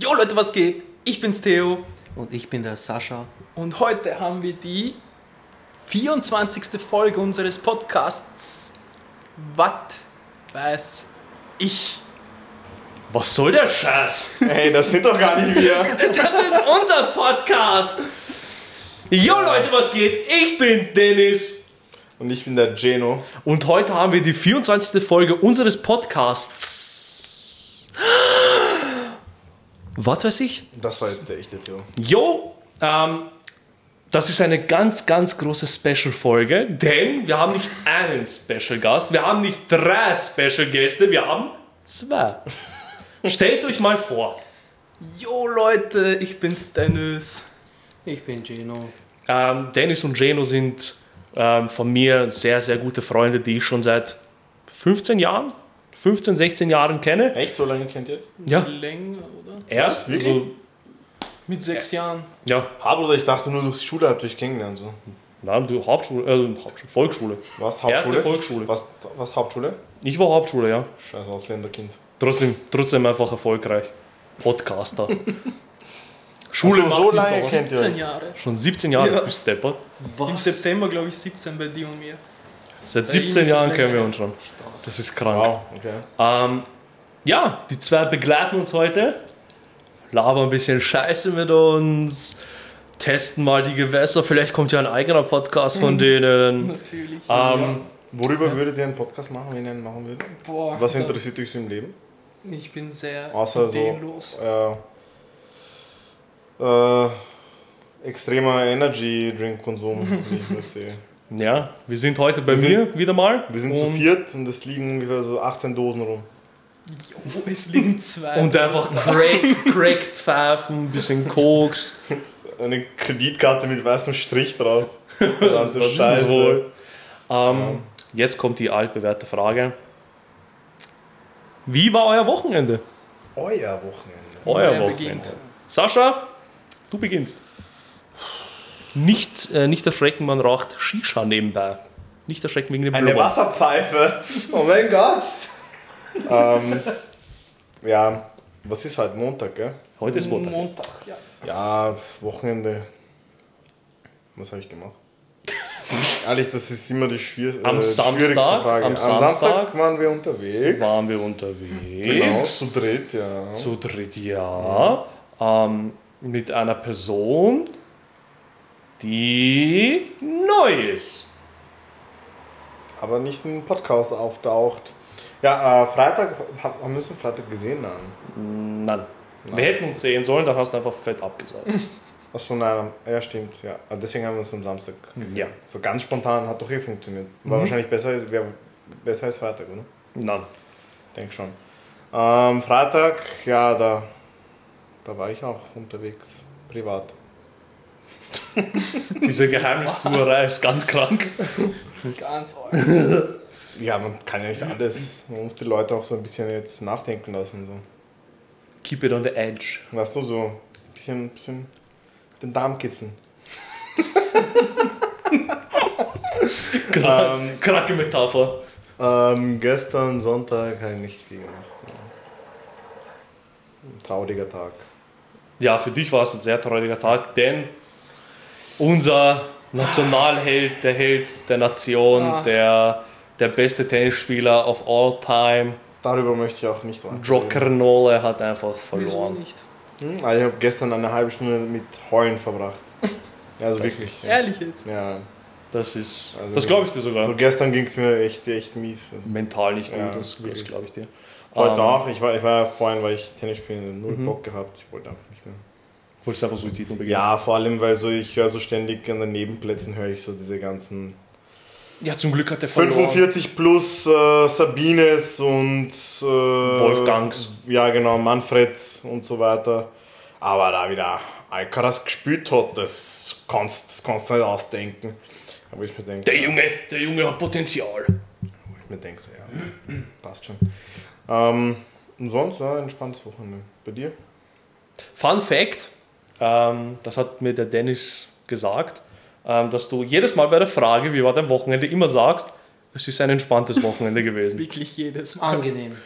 Jo Leute, was geht? Ich bin's Theo Und ich bin der Sascha. und heute haben wir die 24. Folge unseres Podcasts. Was weiß ich? Was soll der Scheiß? Hey, das sind doch gar nicht wir. Das ist unser Podcast. Jo Leute, was geht? Ich bin Dennis Und ich bin der Geno. und heute haben wir die 24. Folge unseres Podcasts. Was weiß ich? Das war jetzt der echte Theo. Jo, ähm, das ist eine ganz, ganz große Special-Folge, denn wir haben nicht einen Special-Gast, wir haben nicht drei Special-Gäste, wir haben zwei. Stellt euch mal vor. Jo Leute, ich bin's Dennis. Ich bin Geno. Ähm, Dennis und Geno sind ähm, von mir sehr, sehr gute Freunde, die ich schon seit 15 Jahren, 15, 16 Jahren kenne. Echt? So lange kennt ihr? Ja, Länger, oder? erst. Wirklich? Also, Mit sechs Jahren. ja, Ah, Bruder, ich dachte nur, durch die Schule habt ihr euch kennengelernt. So. nein, du Hauptschule, also Hauptschule, Volksschule. Was, Erste Hauptschule? Volksschule. Was, was, Hauptschule? Ich war Hauptschule, ja. Scheiß Ausländerkind. Trotzdem, trotzdem einfach erfolgreich. Podcaster. Schule Schule macht Also so nichts lange aus. kennt ihr 17 euch. Jahre. Schon 17 Jahre, Ja. du Stepper. Im September glaube ich 17 bei dir und mir. Seit Bei ihm 17 ist es Jahren länger kennen wir her. uns schon. Das ist krank. Wow, okay. Ähm, ja, die zwei begleiten uns heute, labern ein bisschen Scheiße mit uns, testen mal die Gewässer. Vielleicht kommt ja ein eigener Podcast Mhm. von denen. Natürlich. Hm. Ähm, Worüber würdet ihr einen Podcast machen, wenn ihr einen machen würdet? Boah, Was da- interessiert euch so im Leben? Ich bin sehr Außer so- ideenlos. Äh, äh, extremer Energy-Drink-Konsum, wie ich das sehe. ja, wir sind heute bei Wir mir wieder mal. Wir sind und, zu viert und es liegen ungefähr so 18 Dosen rum. Jo, es liegen zwei. Und einfach Crack, Crack pfeifen, ein bisschen Koks. Eine Kreditkarte mit weißem Strich drauf. Was ist das wohl? Ähm, jetzt kommt die altbewährte Frage. Wie war euer Wochenende? Euer Wochenende. Euer Wer Wochenende. beginnt? Sascha, du beginnst. Nicht, äh, nicht erschrecken, man raucht Shisha nebenbei. Nicht erschrecken wegen dem Eine Blubber. Wasserpfeife. Oh mein Gott. ähm, ja, was ist heute Montag, gell? Heute ist Montag. Montag, ja. Ja, Wochenende. Was habe ich gemacht? Ehrlich, das ist immer die schwier Am äh, schwierigste Samstag, Frage. am Am Samstag Samstag waren wir Genau. unterwegs. Waren wir unterwegs. Genau, zu dritt, ja. Zu dritt, ja. Ähm, mit einer Person, die neu ist. Aber nicht im Podcast auftaucht. Ja, äh, Freitag, hab- haben wir uns am Freitag gesehen? Nein. Nein. Wir hätten uns sehen sollen, dann hast du einfach fett abgesagt. Achso, nein, ja, stimmt, ja. Ah, Deswegen haben wir uns am Samstag gesehen. Ja. So ganz spontan hat doch eh funktioniert. War wahrscheinlich besser als, wär besser als Freitag, oder? Nein. Denk schon. Ähm, Freitag, ja, da, da war ich auch unterwegs, privat. Diese Geheimnistuerei ist ganz krank. Hm. Ganz arg. Ja, man kann ja nicht alles. Man muss die Leute auch so ein bisschen jetzt nachdenken lassen. So. Keep it on the edge. Weißt du, so ein bisschen, bisschen den Darm kitzeln. Krank, Ähm. kranke Metapher. Ähm, gestern Sonntag habe ich nicht viel gemacht. ja. Ein trauriger Tag. Ja, für dich war es ein sehr trauriger Tag, denn unser Nationalheld, der Held der Nation, Ach. der, der beste Tennisspieler of all time, Darüber möchte ich auch nicht weiter. Joe Cernole, hat einfach Wieso verloren. nicht? Hm, Also ich habe gestern eine halbe Stunde mit Heulen verbracht. Also Das wirklich. ist- Ja. Ehrlich jetzt. ja. Das ist, Also- das glaube ich dir sogar. Also gestern ging es mir echt, echt mies. Also Mental nicht gut, Ja, das, das wirklich. glaube ich dir. heute Ähm, auch. Ich war, ich war vorhin, weil ich Tennis spielen null Mhm. Bock gehabt. Ich wollte einfach nicht mehr. Wolltest du einfach Suizid nur begehen? Ja, vor allem, weil so ich höre so ständig an den Nebenplätzen höre ich so diese ganzen ja, zum Glück hat er verloren. 45 plus äh, Sabines und äh, Wolfgangs. Ja, genau, Manfreds und so weiter. Aber da wieder Alcaraz gespielt hat, das kannst das kannst du nicht ausdenken. Aber ich mir denke. Der Junge, der Junge hat Potenzial. Ich mir denke so, ja, passt schon. Ähm, und sonst, ja, entspanntes Wochenende. Bei dir? Fun Fact: ähm, Das hat mir der Dennis gesagt, ähm, dass du jedes Mal bei der Frage, wie war dein Wochenende, immer sagst, es ist ein entspanntes Wochenende gewesen. Wirklich jedes Mal. Angenehm.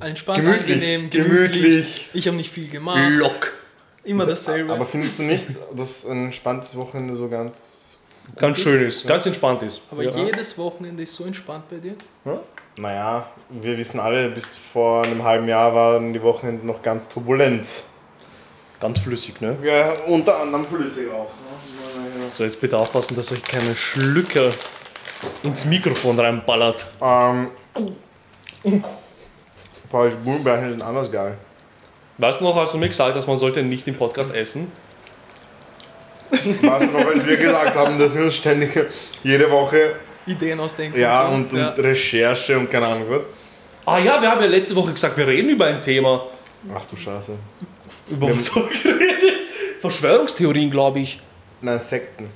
Entspannt, Gemütlich, angenehm, gemütlich. gemütlich. Ich habe nicht viel gemacht. Lock. Immer dasselbe. Aber findest du nicht, dass ein entspanntes Wochenende so ganz. Ganz schön ist, ganz entspannt ist. Aber jedes Wochenende ist so entspannt bei dir. Hm? Naja, wir wissen alle, bis vor einem halben Jahr waren die Wochenenden noch ganz turbulent. Ganz flüssig, ne? Ja, unter anderem flüssig auch. ne? So, jetzt bitte aufpassen, dass euch keine Schlücke ins Mikrofon reinballert. Ähm. Paul, Gummibärchen sind anders geil. Weißt du noch, als du mir gesagt hast, man sollte nicht im Podcast essen? Weißt du noch, als wir gesagt haben, dass wir uns ständig jede Woche Ideen ausdenken. ja, so. und, und ja. Recherche und keine Ahnung was. Ah ja, wir haben ja letzte Woche gesagt, wir reden über ein Thema. Ach du Scheiße. Über was haben wir geredet? Verschwörungstheorien, glaube ich. Nein, Sekten.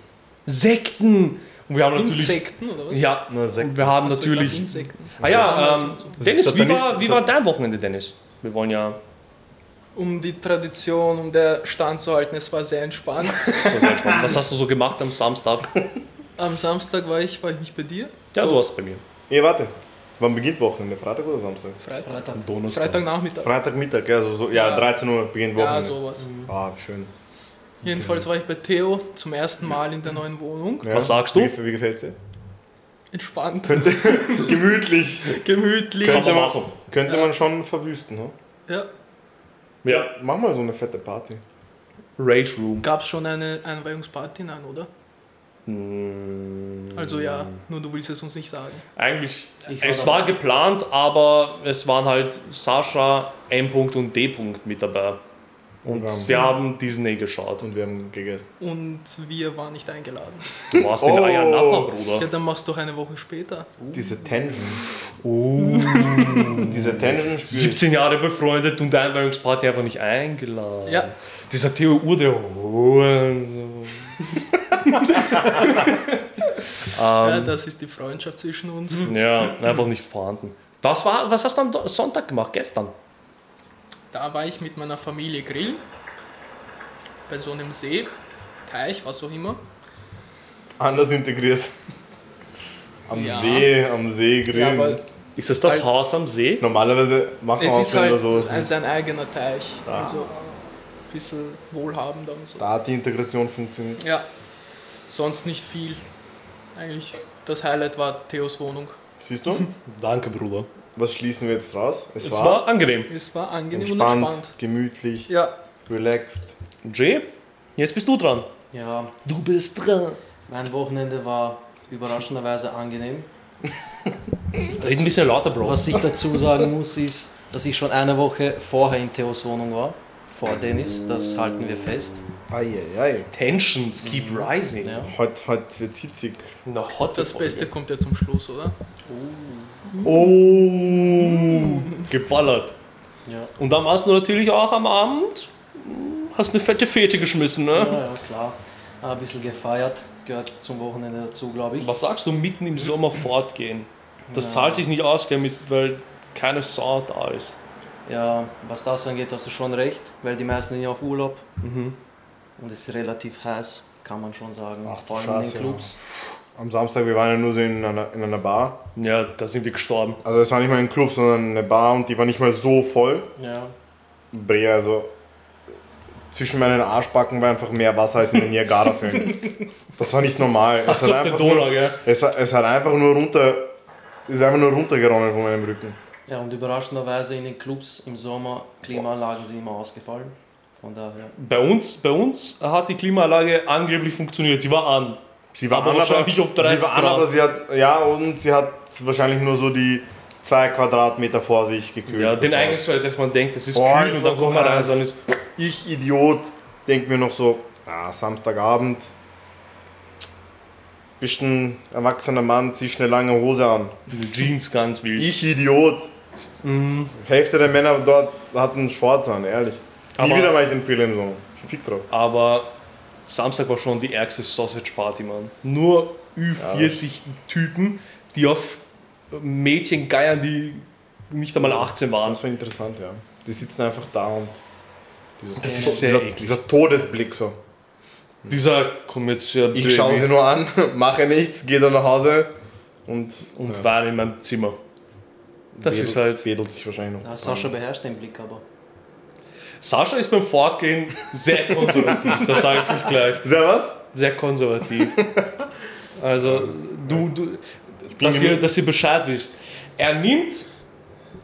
Sekten. Und wir haben natürlich. Insekten oder was? Ja, Na, Sekten. und wir haben Also, ich glaub, natürlich. Insekten. Ah ja, ähm, Das Dennis, ist wie Satanist- war, wie war dein Wochenende, Dennis? Wir wollen ja Um die Tradition, um der Stand zu halten, es war sehr entspannt. so sehr spannend. Was hast du so gemacht am Samstag? Am Samstag war ich, war ich nicht bei dir. Ja, du warst bei mir. Ja, Eh, warte. Wann beginnt Wochenende? Freitag oder Samstag? Freitag. Freitag. Donnerstag. Freitagnachmittag. Freitagmittag, ja, also so, so, ja, Ja. 13 Uhr beginnt ja, Wochenende. sowas. Ah, schön. Jedenfalls war ich bei Theo zum ersten Mal in der neuen Wohnung. Ja. Was sagst du? Wie, wie gefällt's dir? Entspannt, Gemütlich. gemütlich. Kann könnte man man, machen. könnte man schon verwüsten, ne? Ja. Ja. Mach mal so eine fette Party. Rage Room. Gab es schon eine Einweihungsparty? Nein, oder? Also ja, nur du willst es uns nicht sagen. Eigentlich, Ich war es dabei. war geplant, aber es waren halt Sascha, M. und D. mit dabei. Und Ja. wir haben Disney geschaut. Und wir haben gegessen. Und wir waren nicht eingeladen. Du warst in Oh. Ayanapa, Ja, Bruder. dann machst du doch eine Woche später. Diese Tension. Oh. Diese Tension spüre ich. 17 Jahre befreundet und Einweihungsparty einfach nicht eingeladen. Ja. Dieser Theo oh, Uhr, der Hurensohn. ja, das ist die Freundschaft zwischen uns. Ja, einfach nicht vorhanden. Was, war, was hast du am Do- Sonntag gemacht, gestern? Da war ich mit meiner Familie grillen. Bei so einem See, Teich, was auch immer. Anders integriert. Am Ja. See, am See Ja, grillen. aber Ist das das Halt- Haus am See? Normalerweise machen wir es ist Ausländer halt so. ne? ein, sein eigener Teich. Ah. Also ein bisschen wohlhabender und so. Da hat die Integration funktioniert. Ja, sonst nicht viel. Eigentlich das Highlight war Theos Wohnung. Siehst du? Danke, Bruder. Was schließen wir jetzt raus? Es, Es war, war angenehm. Es war angenehm und entspannt, entspannt. gemütlich, Ja, relaxed. Jay, jetzt bist du dran. Ja, Du bist dran. mein Wochenende war überraschenderweise angenehm. Red ein bisschen lauter, Bro. Was ich dazu sagen muss, ist, dass ich schon eine Woche vorher in Theos Wohnung war. Vor Dennis, das halten wir fest. Eieiei. Tensions keep rising. Ja. Heute, heute wird hitzig. Eine hotte das Beste kommt ja zum Schluss, oder? Oh, geballert. Ja, Und dann warst du natürlich auch am Abend, mm, hast eine fette Fete geschmissen, ne? ja, ja klar. Ein bisschen gefeiert, gehört zum Wochenende dazu, glaube ich. Was sagst du, mitten im Sommer fortgehen? Das zahlt sich nicht aus, gell, mit, weil keine Sau da ist. Ja, was das angeht, hast du schon recht, weil die meisten sind ja auf Urlaub. Und es ist relativ heiß, kann man schon sagen. Ach, du Vor allem Scheiße, in den Clubs. Am Samstag, wir waren ja nur so in einer, in einer Bar. Ja, da sind wir gestorben. Also es war nicht mal ein Club, sondern eine Bar und die war nicht mal so voll. Ja. Brea, also zwischen meinen Arschbacken war einfach mehr Wasser als in den Niagara-Fällen. Das war nicht normal. Es Hat's auf der Donau, nur, gell? es, hat- es hat einfach nur runter, ist einfach nur runtergeronnen von meinem Rücken. ja, und überraschenderweise in den Clubs im Sommer, Klimaanlagen sind immer ausgefallen. Von daher. Bei uns, bei uns hat die Klimaanlage angeblich funktioniert. Sie war an. Sie war Aber an, wahrscheinlich auf 30 sie war an, Grad. aber sie hat, ja, und sie hat wahrscheinlich nur so die zwei Quadratmeter vor sich gekühlt. Ja, Das den war's. Eigensatz, dass man denkt, es ist Boah, kühl es und war dann so kommt man rein und heiß. dann ist Ich, Idiot, denke mir noch so, ah, Samstagabend, bist ein erwachsener Mann, zieh schnell lange Hose an. Die Jeans ganz wild. Ich, Idiot. Mhm. Hälfte der Männer dort hatten Schwarz an, ehrlich. Nie Aber- wieder mache ich den Fehler im Sommer. Ich fick drauf. Aber Samstag war schon die ärgste Sausage Party, Mann. Nur Ü40 Typen, die auf Mädchen geiern, die nicht einmal 18 waren. Das war interessant, ja. Die sitzen einfach da und... Dieses, Das ist sehr dieser, eklig. dieser Todesblick so. Dieser komm jetzt hier, Ich Baby, schaue sie nur an, mache nichts, gehe dann nach Hause und, und ja. war in meinem Zimmer. Das ist halt. Wedelt sich wahrscheinlich noch. Ja, Sascha beherrscht den Blick aber. Sascha ist beim Fortgehen sehr konservativ, das sage ich euch gleich. Sehr was? Sehr konservativ. Also, du, du dass, bin ihr, im- dass ihr Bescheid wisst. Er nimmt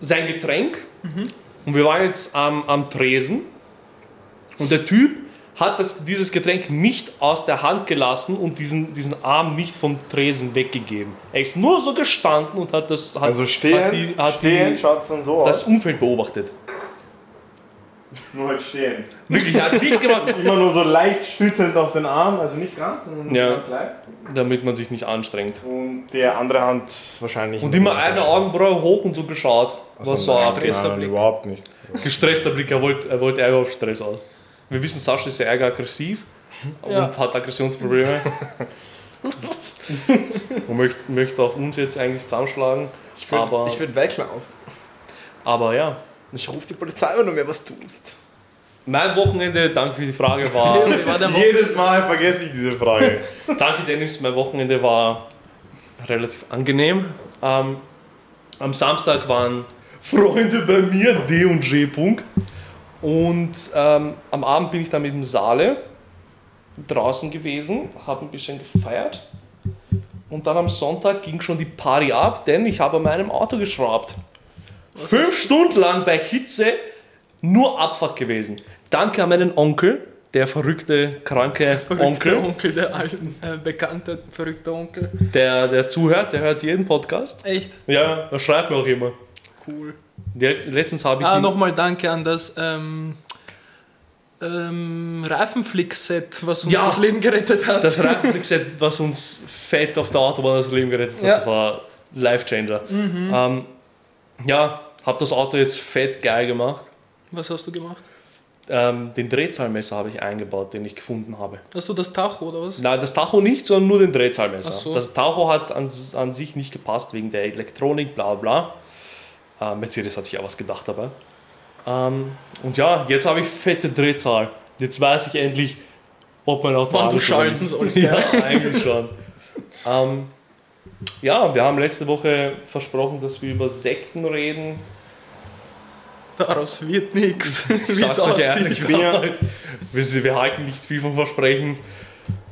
sein Getränk Mhm. und wir waren jetzt am, am Tresen und der Typ hat das, dieses Getränk nicht aus der Hand gelassen und diesen, diesen Arm nicht vom Tresen weggegeben. Er ist nur so gestanden und hat das hat, Also stehen, hat die, hat stehen die, schaut es dann so das aus. Umfeld beobachtet. Nur halt stehend. Wirklich, er hat nichts gemacht, Immer nur so leicht stützend auf den Arm, also nicht ganz, sondern Ja. ganz leicht. damit man sich nicht anstrengt. Und die andere Hand wahrscheinlich. Also Und in der immer eine Tasche. Augenbraue hoch und so geschaut, was so nein, abgeht. Nein, Blick. überhaupt nicht. Gestresster Blick, er wollte, er wollte Ärger auf Stress aus. Wir wissen, Sascha ist sehr ärgeraggressiv und hat Aggressionsprobleme. und möchte, möchte auch uns jetzt eigentlich zusammenschlagen. Ich würd- Aber- ich würde weglaufen. Aber ja. Ich rufe die Polizei, wenn du mir was tust. Mein Wochenende, danke für die Frage, war. Wie war der Woche? Jedes Mal vergesse ich diese Frage. danke Dennis, mein Wochenende war relativ angenehm. Ähm, am Samstag waren Freunde bei mir, D und J. Punkt. Und ähm, am Abend bin ich dann mit dem Saale draußen gewesen, habe ein bisschen gefeiert. Und dann am Sonntag ging schon die Party ab, denn ich habe an meinem Auto geschraubt. Fünf Stunden lang bei Hitze nur Abfuck gewesen. Danke an meinen Onkel, der verrückte, kranke Verrückter Onkel Onkel, der alten, äh, bekannte, verrückte Onkel. der, der zuhört, der hört jeden Podcast. Echt Ja, das schreibt mir auch immer. cool. Die Letz- Letztens habe ich Ah, ihn- nochmal danke an das ähm, ähm, Reifenflick-Set, was uns Ja. das Leben gerettet hat. das Reifenflickset, was uns fett auf der Autobahn das Leben gerettet hat, Ja. Mhm. das war Life-Changer. Ähm, ja, habe das Auto jetzt fett geil gemacht. was hast du gemacht? Ähm, den Drehzahlmesser habe ich eingebaut, den ich gefunden habe. Hast du das Tacho oder was? Nein, das Tacho nicht, sondern nur den Drehzahlmesser. Ach so. Das Tacho hat an, an sich nicht gepasst wegen der Elektronik, bla bla. Äh, Mercedes hat sich auch was gedacht dabei. Ähm, und ja, jetzt habe ich fette Drehzahl. Jetzt weiß ich endlich, ob man auf Wann du Bahn kommt. schalten sollst. Ja, Ja. eigentlich schon. ähm, ja, wir haben letzte Woche versprochen, dass wir über Sekten reden. Daraus wird nichts. Wie Sag's es euch ehrlich, aussieht. bin ja- wir, wir, wir halten nicht viel von Versprechen.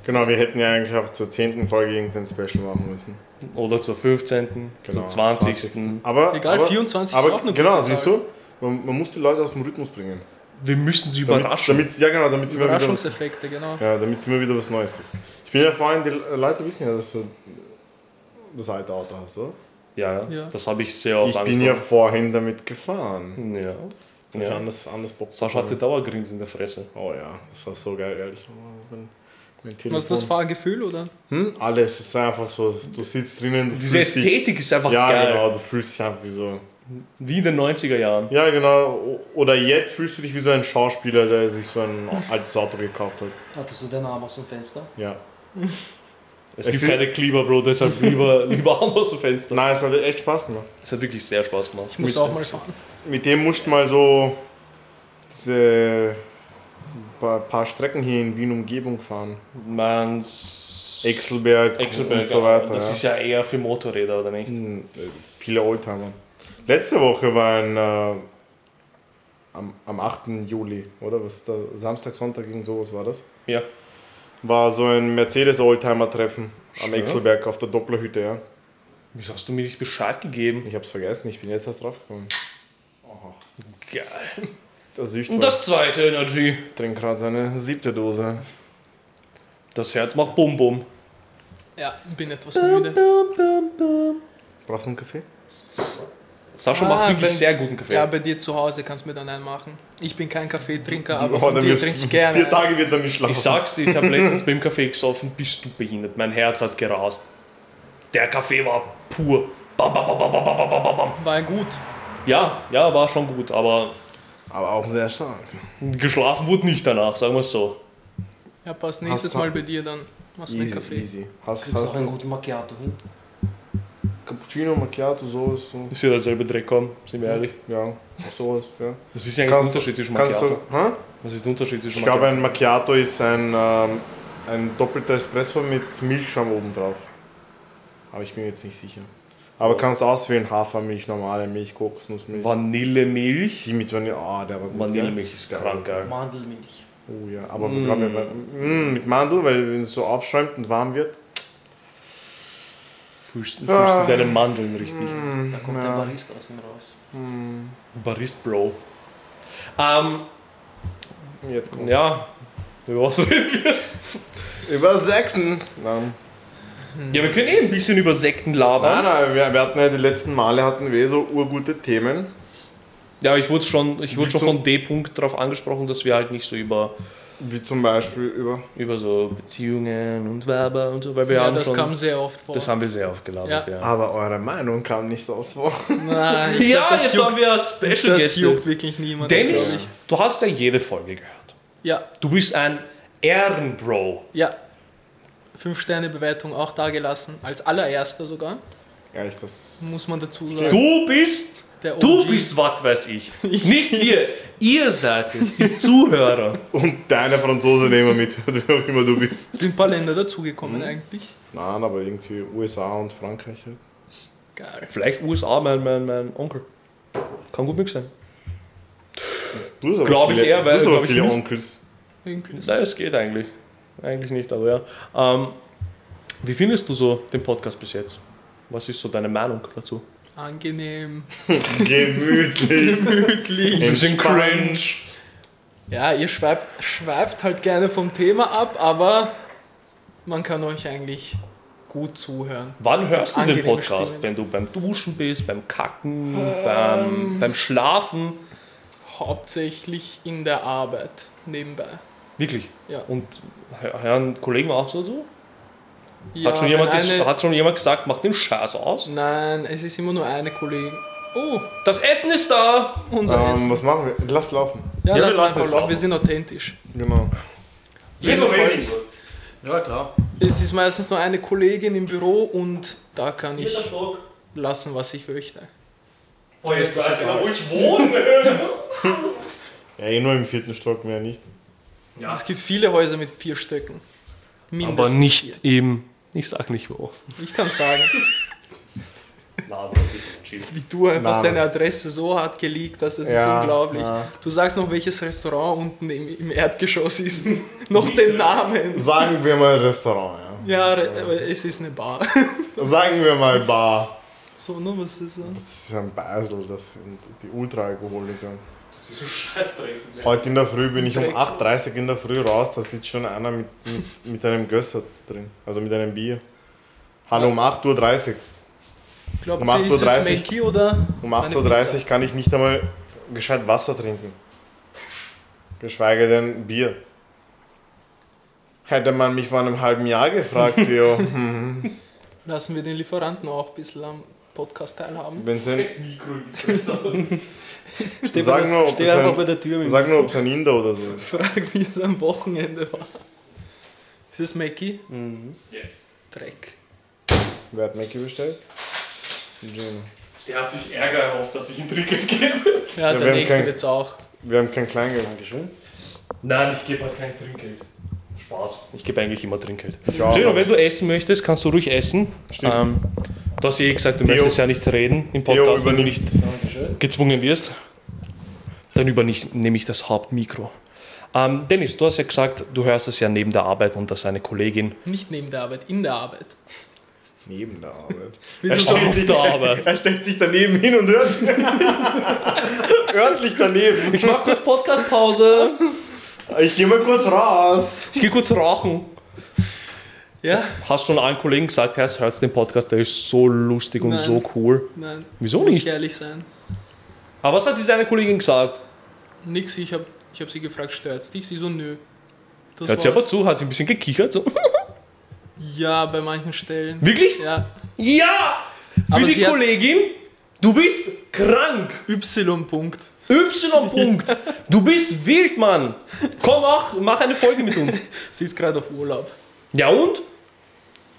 genau, wir hätten ja eigentlich auch zur 10. Folge irgendein Special machen müssen. Oder zur 15., Genau, zur 20. Aber, Egal, aber, 24 aber, ist auch eine Genau, gute siehst Zahl. du, man, man muss die Leute aus dem Rhythmus bringen. Wir müssen sie Damit, überraschen. damit, ja, genau, damit sie immer wieder was Überraschungseffekte, genau. Ja, damit es immer wieder was Neues ist. Ich bin ja vorhin, die Leute wissen ja, dass du das alte Auto hast, oder? ja, ja, Ja. das habe ich sehr oft ich bin ja vorhin damit gefahren. angesprochen. ja. Das ja. Ja. anders, anders Bock Sascha hatte Dauergrins in der Fresse. Oh ja, das war so geil, ehrlich. Oh, Mein, mein Telefon. Was ist das Fahrgefühl, oder? Hm? Alles, es ist einfach so, du sitzt drinnen, du Diese fühlst dich... Ästhetik ist einfach Ja, geil. genau, du fühlst dich einfach wie so... Wie in den 90er Jahren. Ja, genau, o- oder jetzt fühlst du dich wie so ein Schauspieler, der sich so ein altes Auto gekauft hat. Hattest du den Arm aus dem Fenster? Ja. Es, Es gibt sind- keine Kleber, Bro, deshalb lieber, lieber Arm aus dem Fenster. Nein, es hat echt Spaß gemacht. Es hat wirklich sehr Spaß gemacht. Ich muss auch mal fahren. mit dem musst du mal so diese paar, paar Strecken hier in Wien Umgebung fahren. Mans. Exelberg, Exelberg, und so weiter. Das ist ja eher für Motorräder, oder nicht? Hm, äh, viele Oldtimer. Letzte Woche war ein äh, am, am 8. Juli, oder? Was ist da? Samstag, Sonntag, irgend sowas war das. Ja. War so ein Mercedes-Oldtimer-Treffen am Schwör? Exelberg auf der Dopplerhütte, ja. Wieso hast du mir nicht Bescheid gegeben? Ich hab's vergessen, ich bin jetzt erst draufgekommen. Aha. Geil. Der Sücht Und das zweite Energy. trinkt gerade seine siebte Dose. Das Herz macht Bum Bum. Ja, bin etwas müde. Brauchst du einen Kaffee? Sascha Ah, macht wirklich wenn- sehr guten Kaffee. Ja, bei dir zu Hause kannst du mir dann einen machen. Ich bin kein Kaffeetrinker, aber Oh, von dann dir wirst- trinke ich gerne. Vier einen. Tage wird er nicht schlafen. Ich sag's dir, ich habe letztens beim Kaffee gesoffen, bist du behindert. Mein Herz hat gerast. Der Kaffee war pur. Bam, bam, bam, bam, bam, bam, bam, bam, bam. War gut. Ja, ja, war schon gut, aber Aber auch sehr stark. geschlafen wurde nicht danach, sagen wir es so. Ja, passt nächstes du- Mal bei dir dann. Machst du einen Kaffee. easy. Hast, Kriegst du hast noch einen du guten Macchiato hin? Cappuccino, Macchiato, sowas? So. Ist ja derselbe Dreck, komm, sind wir ehrlich. Ja, sowas, ja. Was ist eigentlich Kannst- der Unterschied zwischen Kannst Macchiato? du, hä? Was ist der Unterschied zwischen Ich glaube, Macchiato? ein Macchiato ist ein, ähm, ein doppelter Espresso mit Milchschaum obendrauf. Aber ich bin mir jetzt nicht sicher. Aber kannst du auswählen, Hafermilch, normale Milch, Kokosnussmilch. Vanillemilch. Die mit Vanille, ah, der war gut. Vanillemilch gell? ist Der war krank, geil. Mandelmilch. gut. Oh ja, aber wir haben ja, mm, mit Mandel, weil wenn es so aufschäumt und warm wird. Fühlst, fühlst Ah. du deine Mandeln richtig? Mm. Da kommt der Barista aus ihm raus. Baris Bro. Ähm, Jetzt kommt. ja. Über was reden wir? Über Sekten. Nein, Ja, wir können eh ein bisschen über Sekten labern. nein, nein wir, wir hatten ja die letzten Male hatten wir eh so urgute Themen. Ja, ich wurde schon, ich wurde Wie schon zum- von D-Punkt darauf angesprochen, dass wir halt nicht so über, Wie zum Beispiel über. über so Beziehungen und Werber und so, weil wir Ja, haben das schon, kam sehr oft vor. Ah. das haben wir sehr aufgelabert, ja. Aber eure Meinung kam nicht aufs Wort. Nein, ich Ja, glaub, das jetzt juckt, haben wir Special Das Gäste. juckt wirklich niemand. Dennis, du hast ja jede Folge gehört. Ja, Du bist ein Ehrenbro. ja. Fünf-Sterne-Bewertung auch da gelassen. Als allererster sogar, Ehrlich, das. muss man dazu sagen. Du bist, Der du OG. bist was weiß ich. Nicht wir, ihr seid es, die Zuhörer. Und deine Franzose, der immer mithört, wer auch immer du bist. Sind ein paar Länder dazugekommen Mhm. eigentlich. Nein, aber irgendwie USA und Frankreich. halt. Geil. Vielleicht USA, mein, mein, mein Onkel. Kann gut möglich sein. Du hast aber Glaub ich viele, eher, weil- du hast aber glaub ich viele nicht. Onkels. Irgendwie ist- Nein, es geht eigentlich. Eigentlich nicht, aber ja. Ähm, wie findest du so den Podcast bis jetzt? Was ist so deine Meinung dazu? Angenehm. Gemütlich. Glücklich. Entspannt. Ja, ihr schweift, schweift halt gerne vom Thema ab, aber man kann euch eigentlich gut zuhören. Wann hörst du den Angenehme Podcast? Stimme. Wenn du beim Duschen bist, beim Kacken, Ähm. beim, beim Schlafen? Hauptsächlich in der Arbeit, nebenbei. Wirklich? Ja. Und hö- hören Kollegen auch so zu? Ja, hat, schon jemand wenn ges- eine- hat schon jemand gesagt, mach den Scheiß aus? Nein, es ist immer nur eine Kollegin. Oh, Das Essen ist da! unser Ähm, Essen. was machen wir? Lass laufen. Ja, Ja, wir lass lassen mal es laufen. auch. Wir sind authentisch. Genau. Jedenfalls, Ja, klar. es ist meistens nur eine Kollegin im Büro und da kann ich lassen, was ich möchte. Oh, jetzt weiß ich, wo ich wohne. Ja, eh nur im vierten Stock, mehr nicht. Ja. Es gibt viele Häuser mit vier Stöcken. Mindestens Aber nicht Vier. eben. Ich sag nicht wo. Ich kann sagen, Laber, bitte, chill. wie du einfach Name. deine Adresse so hart geleakt hast, das Ja, ist unglaublich. ja. Du sagst noch, welches Restaurant unten im, im Erdgeschoss ist. noch den Namen. Sagen wir mal Restaurant, Ja, re- aber es ist eine Bar. ja. Sagen wir mal Bar. so, ne, was ist das? Das ist ein Beisel, das sind die Ultraalkoholiker. Das ist ein Scheißdreck. Heute in der Früh bin ich um Drecksau. 8.30 Uhr in der Früh raus, da sitzt schon einer mit, mit, mit einem Gösser drin, also mit einem Bier. Hallo, um 8.30 Uhr. Glaubt Um ihr, ist 8.30 es Mackie oder? Um eine 8.30 Uhr kann ich nicht einmal gescheit Wasser trinken. Geschweige denn Bier. Hätte man mich vor einem halben Jahr gefragt, Theo, Lassen wir den Lieferanten auch ein bisschen am Podcast teilhaben. wenn sie Steh, Sag bei, der- nur, ob steh das einfach ein- bei der Tür mit. Sag nur, ob es ein Inder oder so ist. Frag, wie es am Wochenende war. Ist es Mackie? Mhm. Dreck. Wer hat Mackie bestellt? Gino. Der hat sich Ärger erhofft, dass ich ihm Trinkgeld gebe. Ja, wir der haben nächste kein- wird's auch. Wir haben kein Kleingeld. Dankeschön. Nein, ich gebe halt kein Trinkgeld. Spaß. Ich gebe eigentlich immer Trinkgeld. Ja, Gino, aber- wenn du essen möchtest, kannst du ruhig essen. Stimmt. Ähm, du hast eh gesagt, du Theo- möchtest ja nichts reden im Theo Podcast, wenn du übernimmt. nicht Dankeschön. gezwungen wirst. Dann übernehme ich das Hauptmikro. Ähm, Dennis, du hast ja gesagt, du hörst es ja neben der Arbeit und dass eine Kollegin Nicht neben der Arbeit, in der Arbeit. Neben der Arbeit. Willst du auf der Arbeit. Er stellt sich daneben hin und hört. örtlich daneben. Ich mache kurz Podcast-Pause. Ich gehe mal kurz raus. Ich gehe kurz rauchen. Ja, Hast schon allen Kollegen gesagt, Herr, hört den Podcast, der ist so lustig und Nein. so cool. nein. Wieso muss ich nicht? ehrlich sein. Aber was hat diese eine Kollegin gesagt? Nix, ich hab, ich hab sie gefragt, stört's dich? Sie so, nö. Das Hört sie aber war's. zu, hat sie ein bisschen gekichert. So. Ja, bei manchen Stellen. Wirklich? Ja, Ja! Für Aber die sie hat- Kollegin, du bist krank. Y-Punkt. Y-Punkt. Du bist wild, Mann. Komm, mach, mach eine Folge mit uns. Sie ist gerade auf Urlaub. Ja und?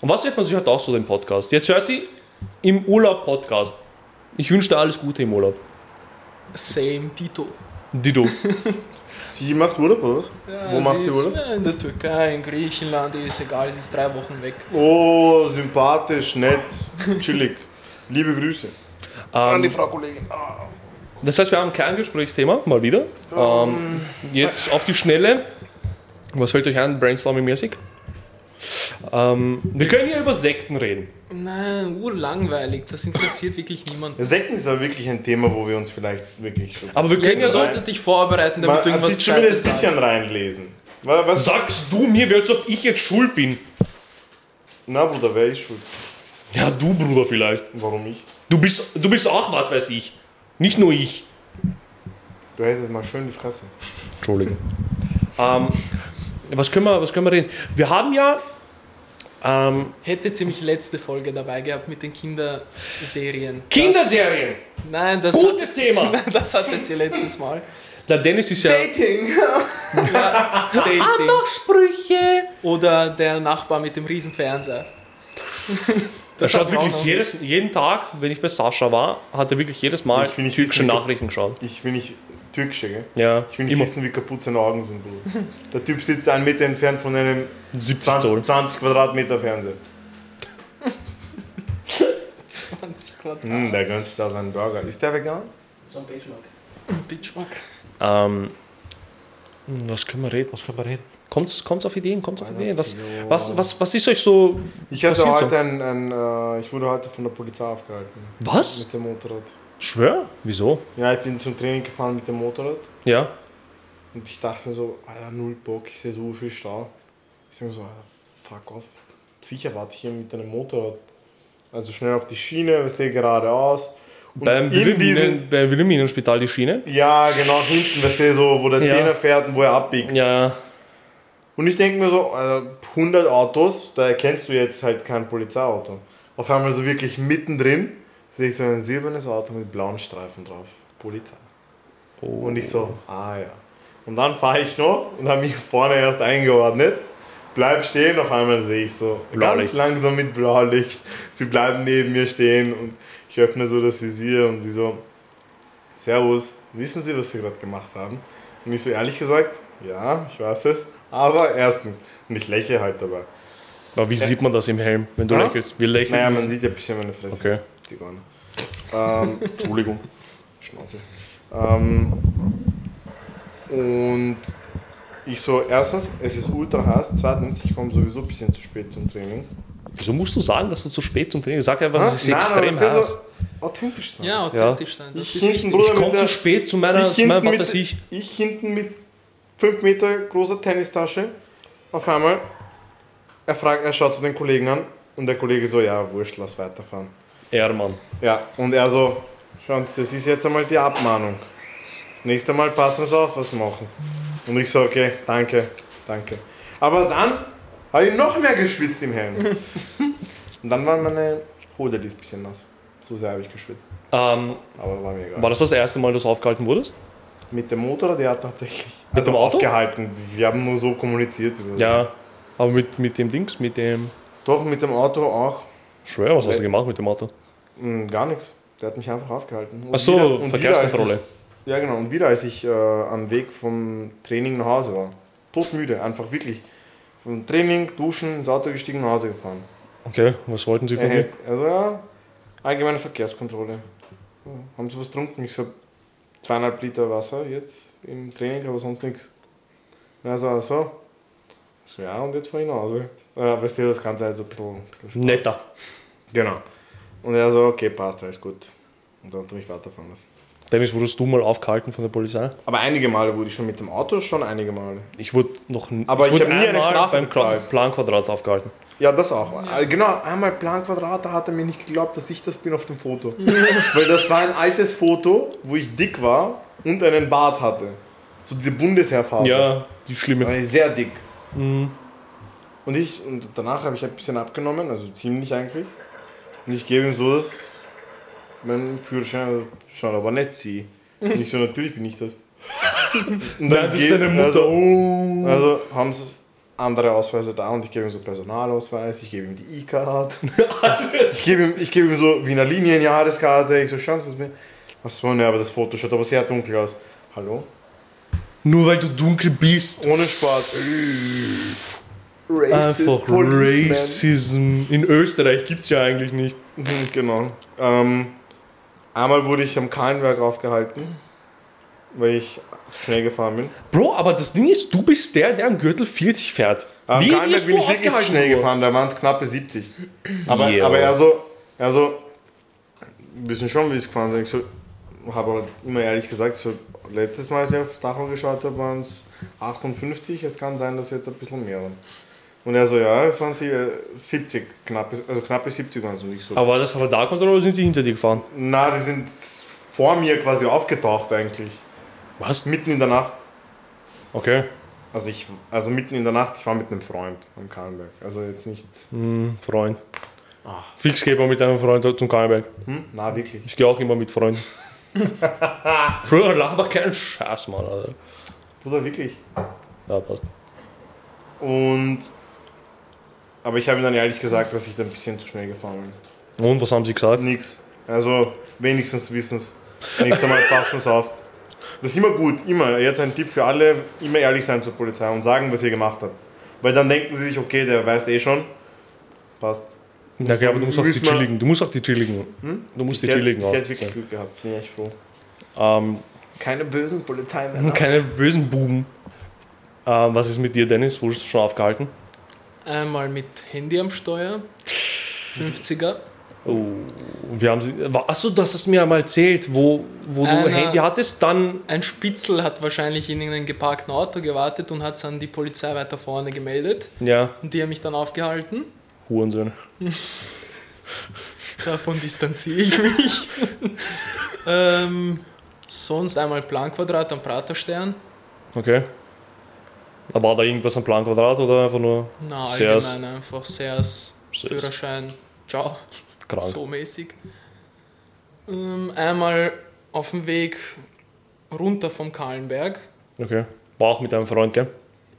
Und was hört man sich heute auch so den Podcast? Jetzt hört sie im Urlaub Podcast. Ich wünsche dir alles Gute im Urlaub. Same, Tito. Dido. Sie macht Urlaub, oder was? Wo macht sie ist, Urlaub? Ja, in der Türkei, in Griechenland, ist egal, sie ist drei Wochen weg. Oh, sympathisch, nett, chillig. Liebe Grüße an die Frau Kollegin. Ah. Das heißt, wir haben kein Gesprächsthema, mal wieder. Ähm, jetzt auf die Schnelle. Was fällt euch ein, brainstorming-mäßig? Ähm, wir können hier über Sekten reden. Nein, urlangweilig. Das interessiert wirklich niemanden. Sekten ist ja wirklich ein Thema, wo wir uns vielleicht wirklich schon. Aber wir können ja Du so. solltest dich vorbereiten, damit du ein irgendwas bisschen will Gescheites das bisschen reinlesen. Wa- Was? Sagst du mir, als ob ich jetzt schuld bin? Na Bruder, wer ist schuld? Ja, du Bruder vielleicht. Warum ich? Du bist, du bist auch was weiß ich. Nicht nur ich. Du hältst jetzt mal schön die Fresse. Entschuldigung. Ähm, was, können wir, was können wir reden? Wir haben ja. Ähm, Hätte ziemlich letzte Folge dabei gehabt mit den Kinderserien. Kinderserien! Das, nein, das, Gutes Thema! das hat jetzt ihr letztes Mal. Der Dennis ist ja. Dating. Sprüche! Oder der Nachbar mit dem Riesenfernseher. Das hat schaut mir auch wirklich noch- jedes, jeden Tag, wenn ich bei Sascha war, hat er wirklich jedes Mal Ich will nicht türkische wissen, wie- Nachrichten geschaut. Ich will nicht türkische, gell? Ja, Ich will nicht immer wissen, wie kaputt seine Augen sind, Bruder. Der Typ sitzt einen Meter entfernt von einem 70 Zoll. 20, 20 Quadratmeter Fernseher. 20 Quadrat. Hm, der gönnt sich da seinen Burger. Ist der vegan? So ein Benchmark. Bitchmark. Ähm, hm, was können wir reden? Was können wir reden? Kommt's, kommt's auf Ideen? Kommt's auf Ideen? Was, was, was, was ist euch so. Ich hatte Passiert heute so. ein, ein äh, ich wurde heute von der Polizei aufgehalten. Was? Mit dem Motorrad. Schwör? Wieso? Ja, ich bin zum Training gefahren mit dem Motorrad Ja. und ich dachte mir so, Alter, null Bock, ich sehe so viel Stau. Ich denke mir so, Alter, fuck off. Sicher warte ich hier mit einem Motorrad. Also schnell auf die Schiene, was der geradeaus. Und Beim in diesem, Wilhelminen- beim Wilhelminenspital die Schiene? ja, genau hinten, was der so, wo der Ja. Zehner fährt und wo er abbiegt. Ja, Und ich denke mir so, Alter, 100 Autos, da erkennst du jetzt halt kein Polizeiauto. Auf einmal so wirklich mittendrin sehe ich so ein silbernes Auto mit blauen Streifen drauf. Polizei. Und ich so, ah ja. Und dann fahre ich noch und habe mich vorne erst eingeordnet. Bleib stehen, auf einmal sehe ich so ganz Blaulicht. langsam mit Blaulicht. Sie bleiben neben mir stehen und ich öffne so das Visier und sie so, Servus, wissen Sie, was Sie gerade gemacht haben? Und ich so ehrlich gesagt, ja, ich weiß es, aber erstens. Und ich lächle halt dabei. Aber wie sieht man das im Helm, wenn du Ja? lächelst? Wir lächeln. Naja, man sieht ja ein bisschen meine Fresse. Okay, Zigeuner. Ähm, Entschuldigung. Schnauze. Ähm, und ich so, erstens, es ist ultra heiß, zweitens, ich komme sowieso ein bisschen zu spät zum Training. Wieso musst du sagen, dass du zu spät zum Training Sag einfach, Hä? es ist Nein, aber extrem dass der heiß. so authentisch sein. Ja, authentisch sein. Das Ich ist hinten, wichtig. Bruder. Ich komme mit zu der- spät zu meiner, ich, zu meiner hinten was mit, weiß ich. ich hinten mit 5 Meter großer Tennistasche, auf einmal, er, fragt, er schaut zu den Kollegen an und der Kollege so, ja, wurscht, lass weiterfahren. Ja, Mann. Ja, und er so, schauen Sie, das ist jetzt einmal die Abmahnung. Das nächste Mal passen Sie auf, was machen. Und ich so, okay, danke, danke. Aber dann habe ich noch mehr geschwitzt im Helm. und dann war meine Hode die ist ein bisschen nass. So sehr habe ich geschwitzt. Ähm, Aber war mir egal. war das das erste Mal, dass du aufgehalten wurdest? Mit dem Motorrad, der hat tatsächlich also Mit dem Auto? aufgehalten. Wir haben nur so kommuniziert. Über Ja. Aber mit, mit dem Dings, mit dem. Doch, mit dem Auto auch. Schwör, was hast du gemacht mit dem Auto? Hm, gar nichts. Der hat mich einfach aufgehalten. Und wieder- und Achso, wieder, Verkehrskontrolle. Ja, genau. Und wieder, als ich äh, am Weg vom Training nach Hause war. Todmüde, einfach wirklich. Vom Training, duschen, ins Auto gestiegen, nach Hause gefahren. Okay, was wollten sie von Äh, dir? also ja, allgemeine Verkehrskontrolle. Ja, haben sie was getrunken? Ich so, zweieinhalb Liter Wasser jetzt im Training, aber sonst nichts. Also, also. So, ja, und jetzt fahr ich nach Hause. Ja, weißt du, das Ganze halt so ein bisschen, ein bisschen Spaß. Netter. Genau. Und er so, okay, passt, alles gut. Und dann hat er mich weiterfahren lassen. Dennis, wurdest du mal aufgehalten von der Polizei? Aber einige Male wurde ich schon mit dem Auto, schon einige Male. Ich wurde noch n- Aber ich wurde hab nie eine einmal Strafe beim Kla- bezahlt. Planquadrat aufgehalten. Ja, das auch. Äh, Genau, einmal Planquadrat, da hat er mir nicht geglaubt, dass ich das bin auf dem Foto. Weil das war ein altes Foto, wo ich dick war und einen Bart hatte. So diese Bundesheerphase. Ja, Mhm. die schlimme. Da war ich sehr dick. Und ich, und danach habe ich ein bisschen abgenommen, also ziemlich eigentlich. Und ich gebe ihm so das, meinen Führerschein, also schon aber nicht sie. Und ich so, natürlich bin ich das. Nein, Und das ist geht- deine Mutter. Also, oh. Also haben sie andere Ausweise da und ich gebe ihm so Personalausweis, ich gebe ihm die E-Card. Ich gebe ihm, ich gebe ihm so Wiener Linienjahreskarte, ich so, schauen Sie es mir. Achso, ne, aber das Foto schaut aber sehr dunkel aus. Hallo? Nur weil du dunkel bist. Ohne Spaß. Racist Einfach Policeman. Racism. In Österreich gibt es ja eigentlich nicht. Mhm, Genau. Ähm, einmal wurde ich am Kahlenberg aufgehalten, weil ich zu schnell gefahren bin. Bro, aber das Ding ist, du bist der, der am Gürtel 40 fährt. Am Kahlenberg wirst bin ich wirklich zu aufgehalten, schnell Bro? gefahren, da waren es knappe 70. Aber, Yo. aber er so, er so, wissen schon, wie es gefahren sind. Ich so, habe aber immer ehrlich gesagt, so, letztes Mal, als ich aufs Tacho geschaut habe, waren es 58. Es kann sein, dass jetzt ein bisschen mehr waren. Und er so, ja, es waren sie, äh, 70, knappe, also knappe 70 waren es. Und ich so, Aber war das Radarkontrolle oder sind sie hinter dir gefahren? na, die sind vor mir quasi aufgetaucht eigentlich. Was? Mitten in der Nacht. Okay. Also ich, also mitten in der Nacht, ich war mit einem Freund am Kahlenberg. Also jetzt nicht. Hm, Freund. Ah. Fix geht man mit einem Freund zum Kahlenberg. Hm? Na, wirklich. Ich gehe auch immer mit Freunden. Bro, laber keinen Scheiß, Mann. Alter. Bruder, wirklich. Ja, passt. Und. Aber ich habe ihm dann ehrlich gesagt, dass ich da ein bisschen zu schnell gefahren bin. Und was haben sie gesagt? Nix. Also wenigstens wissen es. Nächstes Mal passen es auf. Das ist immer gut, immer. Jetzt ein Tipp für alle: immer ehrlich sein zur Polizei und sagen, was ihr gemacht habt. Weil dann denken sie sich, okay, der weiß eh schon. Passt. Na, okay, aber du musst auch die Müssen wir- chilligen. Du musst auch die chilligen. Hm? Du musst bis die jetzt, chilligen bis auch. jetzt wirklich Glück gehabt, bin ich echt froh. Ähm, Keine bösen Polizeimänner. keine bösen Buben. Ähm, was ist mit dir, Dennis? Wurdest du schon aufgehalten? Einmal mit Handy am Steuer. 50er. Oh, wir haben sie. wa- Achso, das hast du mir einmal erzählt, wo, wo du Einer- Handy hattest, dann. Ein Spitzel hat wahrscheinlich in irgendeinem geparkten Auto gewartet und hat es an die Polizei weiter vorne gemeldet. Ja, Und die haben mich dann aufgehalten. Hurensohn. Davon distanziere ich mich. ähm, sonst einmal Planquadrat am Praterstern. Okay. Aber war da irgendwas am Planquadrat oder einfach nur Na, allgemein Sears? einfach Sears, Sears. Führerschein, ciao, krank? so mäßig. Ähm, einmal auf dem Weg runter vom Kahlenberg. Okay. War auch mit einem Freund, gell?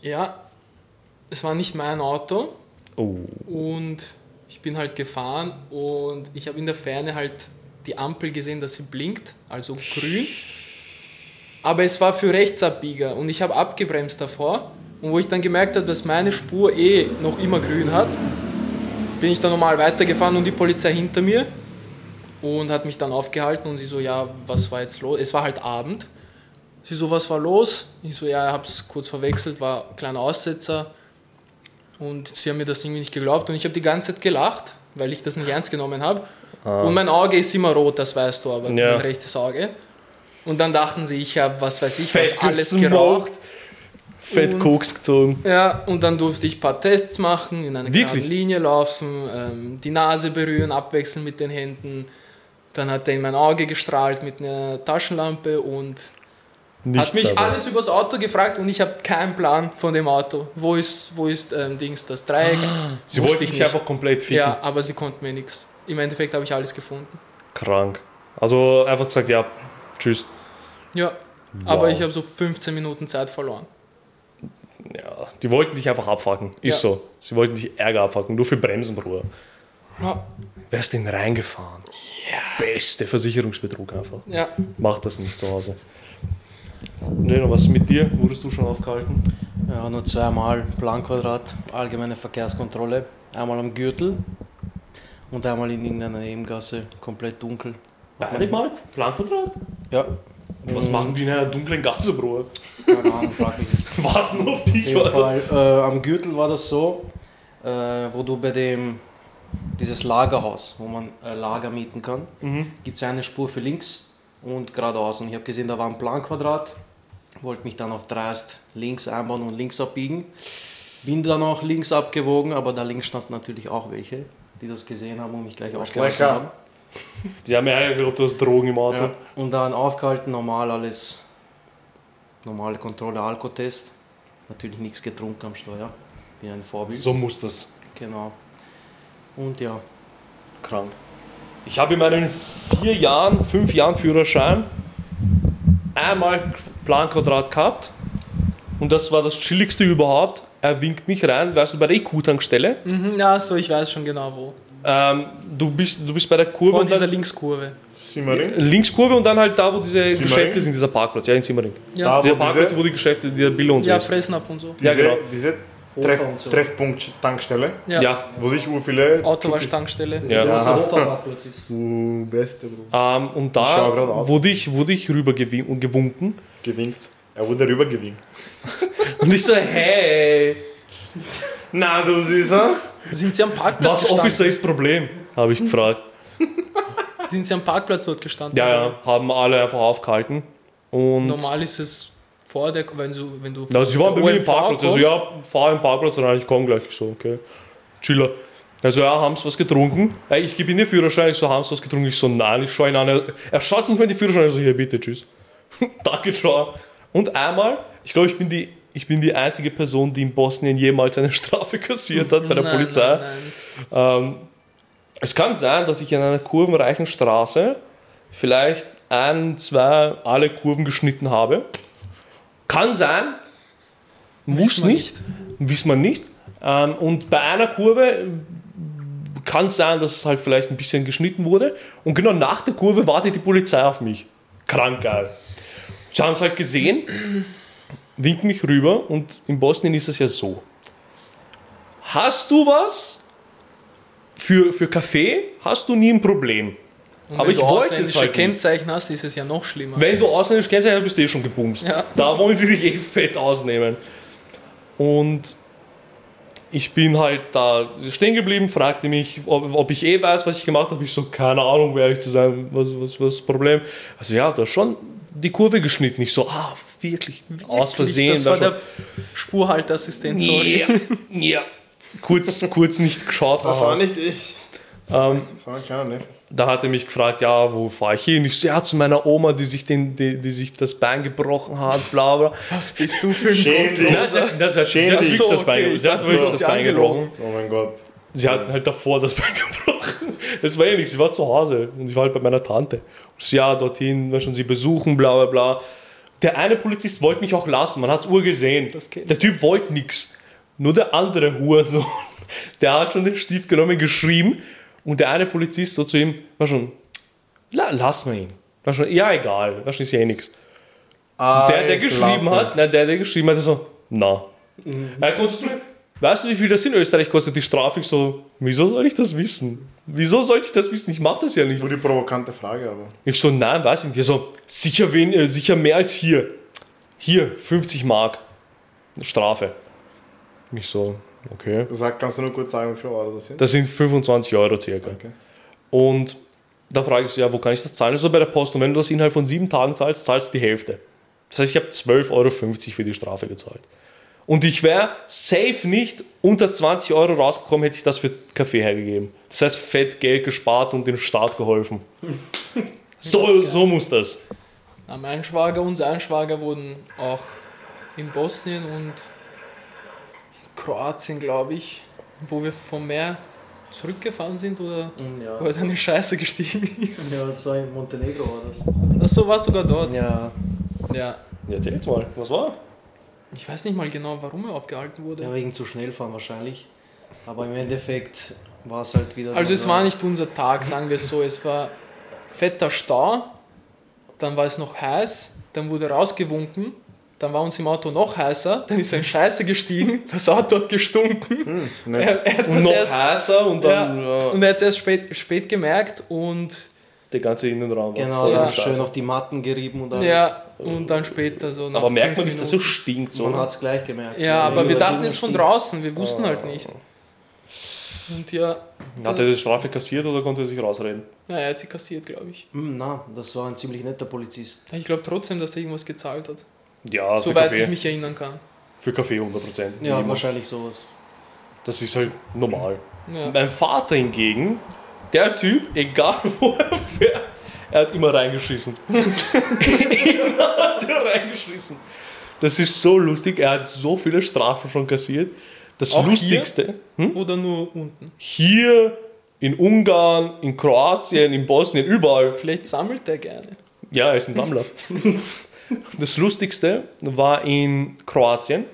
Ja, es war nicht mein Auto Oh. und ich bin halt gefahren und ich habe in der Ferne halt die Ampel gesehen, dass sie blinkt, also grün. Aber es war für Rechtsabbieger und ich habe abgebremst davor. Und wo ich dann gemerkt habe, dass meine Spur eh noch immer grün hat, bin ich dann normal weitergefahren und die Polizei hinter mir und hat mich dann aufgehalten und sie so, ja, was war jetzt los? Es war halt Abend. Sie so, was war los? Ich so, ja, ich hab's kurz verwechselt, war ein kleiner Aussetzer. Und sie haben mir das irgendwie nicht geglaubt und ich habe die ganze Zeit gelacht, weil ich das nicht ernst genommen habe. Und mein Auge ist immer rot, das weißt du aber, Ja. mein rechtes Auge. Und dann dachten sie, ich habe, was weiß ich, was Fett alles gesmoked. geraucht. Fett Und- Koks gezogen. Ja, und dann durfte ich ein paar Tests machen, in einer Wirklich? geraden Linie laufen, ähm, die Nase berühren, abwechseln mit den Händen. Dann hat er in mein Auge gestrahlt mit einer Taschenlampe und Nichts hat mich aber. alles übers Auto gefragt und ich habe keinen Plan von dem Auto. Wo ist, wo ist ähm, Dings, das Dreieck? Sie Wusste wollten ich dich nicht. einfach komplett Ah, ficken. Ja, aber sie konnten mir nichts. Im Endeffekt habe ich alles gefunden. Krank. Also einfach gesagt, ja, tschüss. Ja, aber Wow. ich habe so 15 Minuten Zeit verloren. Ja, die wollten dich einfach abfacken. Ist Ja. so. Sie wollten dich Ärger abfacken, nur für Bremsen, Bruder. Ja, Wärst denn reingefahren? Beste Versicherungsbetrug einfach. ja. Mach das nicht zu Hause. Reno, was ist mit dir? Wurdest du schon aufgehalten? Ja, nur zweimal Planquadrat, allgemeine Verkehrskontrolle. Einmal am Gürtel und einmal in irgendeiner Nebengasse, komplett dunkel. Beide Mal? Planquadrat? Ja, Was machen die in einer dunklen Gasse, Bruder? keine Ahnung, frag mich nicht. Warten auf Auf dich, jeden Alter. Fall, äh, am Gürtel war das so, äh, wo du bei dem, dieses Lagerhaus, wo man äh, Lager mieten kann, gibt es eine Spur für links und geradeaus. Und ich habe gesehen, da war ein Planquadrat, wollte mich dann auf Dreist links einbauen und links abbiegen. Bin dann auch links abgewogen, aber da links standen natürlich auch welche, die das gesehen haben und mich gleich aufgehalten Schlecker. haben. Die haben mir Ärger geglaubt, du hast Drogen im Auto. Ja. Und dann aufgehalten, normal alles. Normale Kontrolle, Alkotest. Natürlich nichts getrunken am Steuer. Bin ein Vorbild. So muss das. Genau. Und ja, Krank. Ich habe in meinen vier Jahren, fünf Jahren Führerschein einmal Planquadrat gehabt und das war das chilligste überhaupt. Er winkt mich rein, weißt du, bei der E EQ-Tankstelle. Mhm, ja, so, ich weiß schon genau wo. Ähm, du, bist, du bist bei der Kurve Vor und dieser dann, Linkskurve. Simmering? Linkskurve und dann halt da, wo diese Simmering? Geschäfte sind, dieser Parkplatz, ja, in Simmering. Ja, dieser Da, wo Also diese- Parkplatz, wo die Geschäfte, die Bilder und so ja ist. Fressnapf und so. Ja, Diese, genau. diese Treff, Hofer und so. Treffpunkt Tankstelle, Ja. ja. wo sich ur viele. Autowaschtankstelle. Das Ja. ist der Aha. große Hoferparkplatz ist. Uh, beste, Bro. Ähm, und Ich schau grad da auf. wurde ich, wurde ich rüber gewi- und gewunken. Gewinkt. Er wurde rübergewinkt. Und ich so, hey, Na, du Süßer. Sind sie am Parkplatz was gestanden? Officer ist Problem? Habe ich gefragt. Sind sie am Parkplatz dort gestanden? Ja, ja, haben alle einfach aufgehalten. Und Normal ist es vor der, wenn du, wenn du Na, sie waren bei der mir im OMV Parkplatz. Also, kommst. ja, fahr im Parkplatz rein, ich komme gleich. Ich so, okay. Chiller. Also, ja, haben sie was getrunken? Ey, Ich gebe ihnen den Führerschein. Ich so, haben sie was getrunken? Ich so, nein, ich schaue ihn an. Er, er schaut nicht mehr in den Führerschein. Ich so, hier, bitte, tschüss. Danke, ciao. Und einmal, ich glaube, ich bin die. Ich bin die einzige Person, die in Bosnien jemals eine Strafe kassiert hat bei der Nein, Polizei. Nein, nein. Ähm, es kann sein, dass ich in einer kurvenreichen Straße vielleicht ein, zwei, alle Kurven geschnitten habe. Kann sein, muss Wissen wir nicht, wissen wir nicht. Ähm, und bei einer Kurve kann es sein, dass es halt vielleicht ein bisschen geschnitten wurde. Und genau nach der Kurve wartet die Polizei auf mich. Krank geil. Sie haben es halt gesehen, winken mich rüber und in Bosnien ist es ja so. Hast du was für, für Kaffee, hast du nie ein Problem. Und Aber wenn ich du wollte es ausländische halt nicht. Kennzeichen hast, ist es ja noch schlimmer. Wenn du ausländisch kennst, dann bist du eh schon gebumst. Ja. Da wollen sie dich eh fett ausnehmen. Und ich bin halt da stehen geblieben, fragte mich, ob, ob ich eh weiß, was ich gemacht habe. Ich so, keine Ahnung, um ehrlich zu sein, was was, was das Problem. Also ja, da schon die Kurve geschnitten. Ich so, ah, wirklich, aus Versehen. Das da war schon. der Spurhalteassistent, sorry. ja, ja. Kurz, kurz nicht geschaut. Das haha. war nicht ich. Ähm, Das war ein kleiner Neffe. da hat er mich gefragt, ja, wo fahre ich hin? Ich so, ja, zu meiner Oma, die sich, den, die, die sich das Bein gebrochen hat, bla bla. Was bist du für ein Schäm Gott? dich. Nein, sie hat, nein, sie hat, sie Schäm hat dich. wirklich So, das Bein, okay, gebrochen. ich sie hat dachte, wirklich du hast das sie Bein angelogen. gebrochen. Oh mein Gott. Sie hat halt davor das Bein gebrochen. Es war eh nichts, sie war zu Hause und ich war halt bei meiner Tante. Und sie, ja, dorthin, wir schon sie besuchen, bla bla bla. Der eine Polizist wollte mich auch lassen, man hat's urgesehen. Das kennt's. Der Typ wollte nichts. Nur der andere Hurensohn, der hat schon den Stift genommen, geschrieben und der eine Polizist so zu ihm, war schon, la, lass mal ihn. War schon, ja, egal, war schon ist ja eh nichts. Der, der geschrieben hat, nein, der, der geschrieben hat, der so, na. Er kommt zu mir, weißt du, wie viel das in Österreich kostet, die Strafe? Ich so, wieso soll ich das wissen? Wieso sollte ich das wissen? Ich mach das ja nicht. Nur die provokante Frage, aber. Ich so, nein, weiß ich nicht. Er so, sicher, wen, äh, sicher mehr als hier. Hier, 50 Mark. Strafe. Ich so, okay. Du sagst, kannst du nur kurz sagen, wie viel Euro das sind? Das sind 25 Euro circa. Okay. Und da frage ich so, ja, wo kann ich das zahlen? Also bei der Post. Und wenn du das innerhalb von sieben Tagen zahlst, zahlst du die Hälfte. Das heißt, ich habe 12,50 Euro für die Strafe gezahlt. Und ich wäre safe nicht unter 20 Euro rausgekommen, hätte ich das für Kaffee hergegeben. Das heißt, fett Geld gespart und dem Staat geholfen. So, so muss das. Na, mein Schwager und sein Schwager wurden auch in Bosnien und Kroatien, glaube ich, wo wir vom Meer zurückgefahren sind oder Ja. wo er dann in Scheiße gestiegen ist. Ja, das war in Montenegro war das. Achso, war sogar dort. Ja. Ja, Erzählt mal, was war? Ich weiß nicht mal genau, warum er aufgehalten ja, wurde. wegen zu schnell fahren wahrscheinlich. Aber im Endeffekt war es halt wieder. Also es nur- war nicht unser Tag, sagen wir es so. Es war fetter Stau, dann war es noch heiß, dann wurde rausgewunken, dann war uns im Auto noch heißer, dann ist er in Scheiße gestiegen, das Auto hat gestunken. Ne. Er, er hat Und das noch erst heißer und dann ja. äh, Und er hat es erst spät, spät gemerkt und, der ganze Innenraum war Genau, voll dann Ja. Scheiße. schön auf die Matten gerieben und alles. ja, und dann später so nach Aber merkt fünf man nicht, dass das so Minuten. stinkt? So. Man hat es gleich gemerkt. Ja, aber wegen wir der dachten es von Bienenstieg. draußen, wir wussten halt nicht. Und ja, Hat er die Strafe kassiert oder konnte er sich rausreden? naja, er hat sie kassiert, glaube ich. Hm, na, das war ein ziemlich netter Polizist. Ich glaube trotzdem, dass er irgendwas gezahlt hat. Ja, für Soweit ich Kaffee. mich erinnern kann. Für Kaffee 100%. Ja, Minimum. wahrscheinlich sowas. Das ist halt normal. Ja. Mein Vater hingegen, der Typ, egal wo er fährt, er hat immer reingeschissen. immer hat er reingeschissen. Das ist so lustig, er hat so viele Strafen schon kassiert. Das Auch hier? Lustigste. Hm? Oder nur unten. Hier, in Ungarn, in Kroatien, in Bosnien, überall. Vielleicht sammelt er gerne. Ja, er ist ein Sammler. das Lustigste war in Kroatien.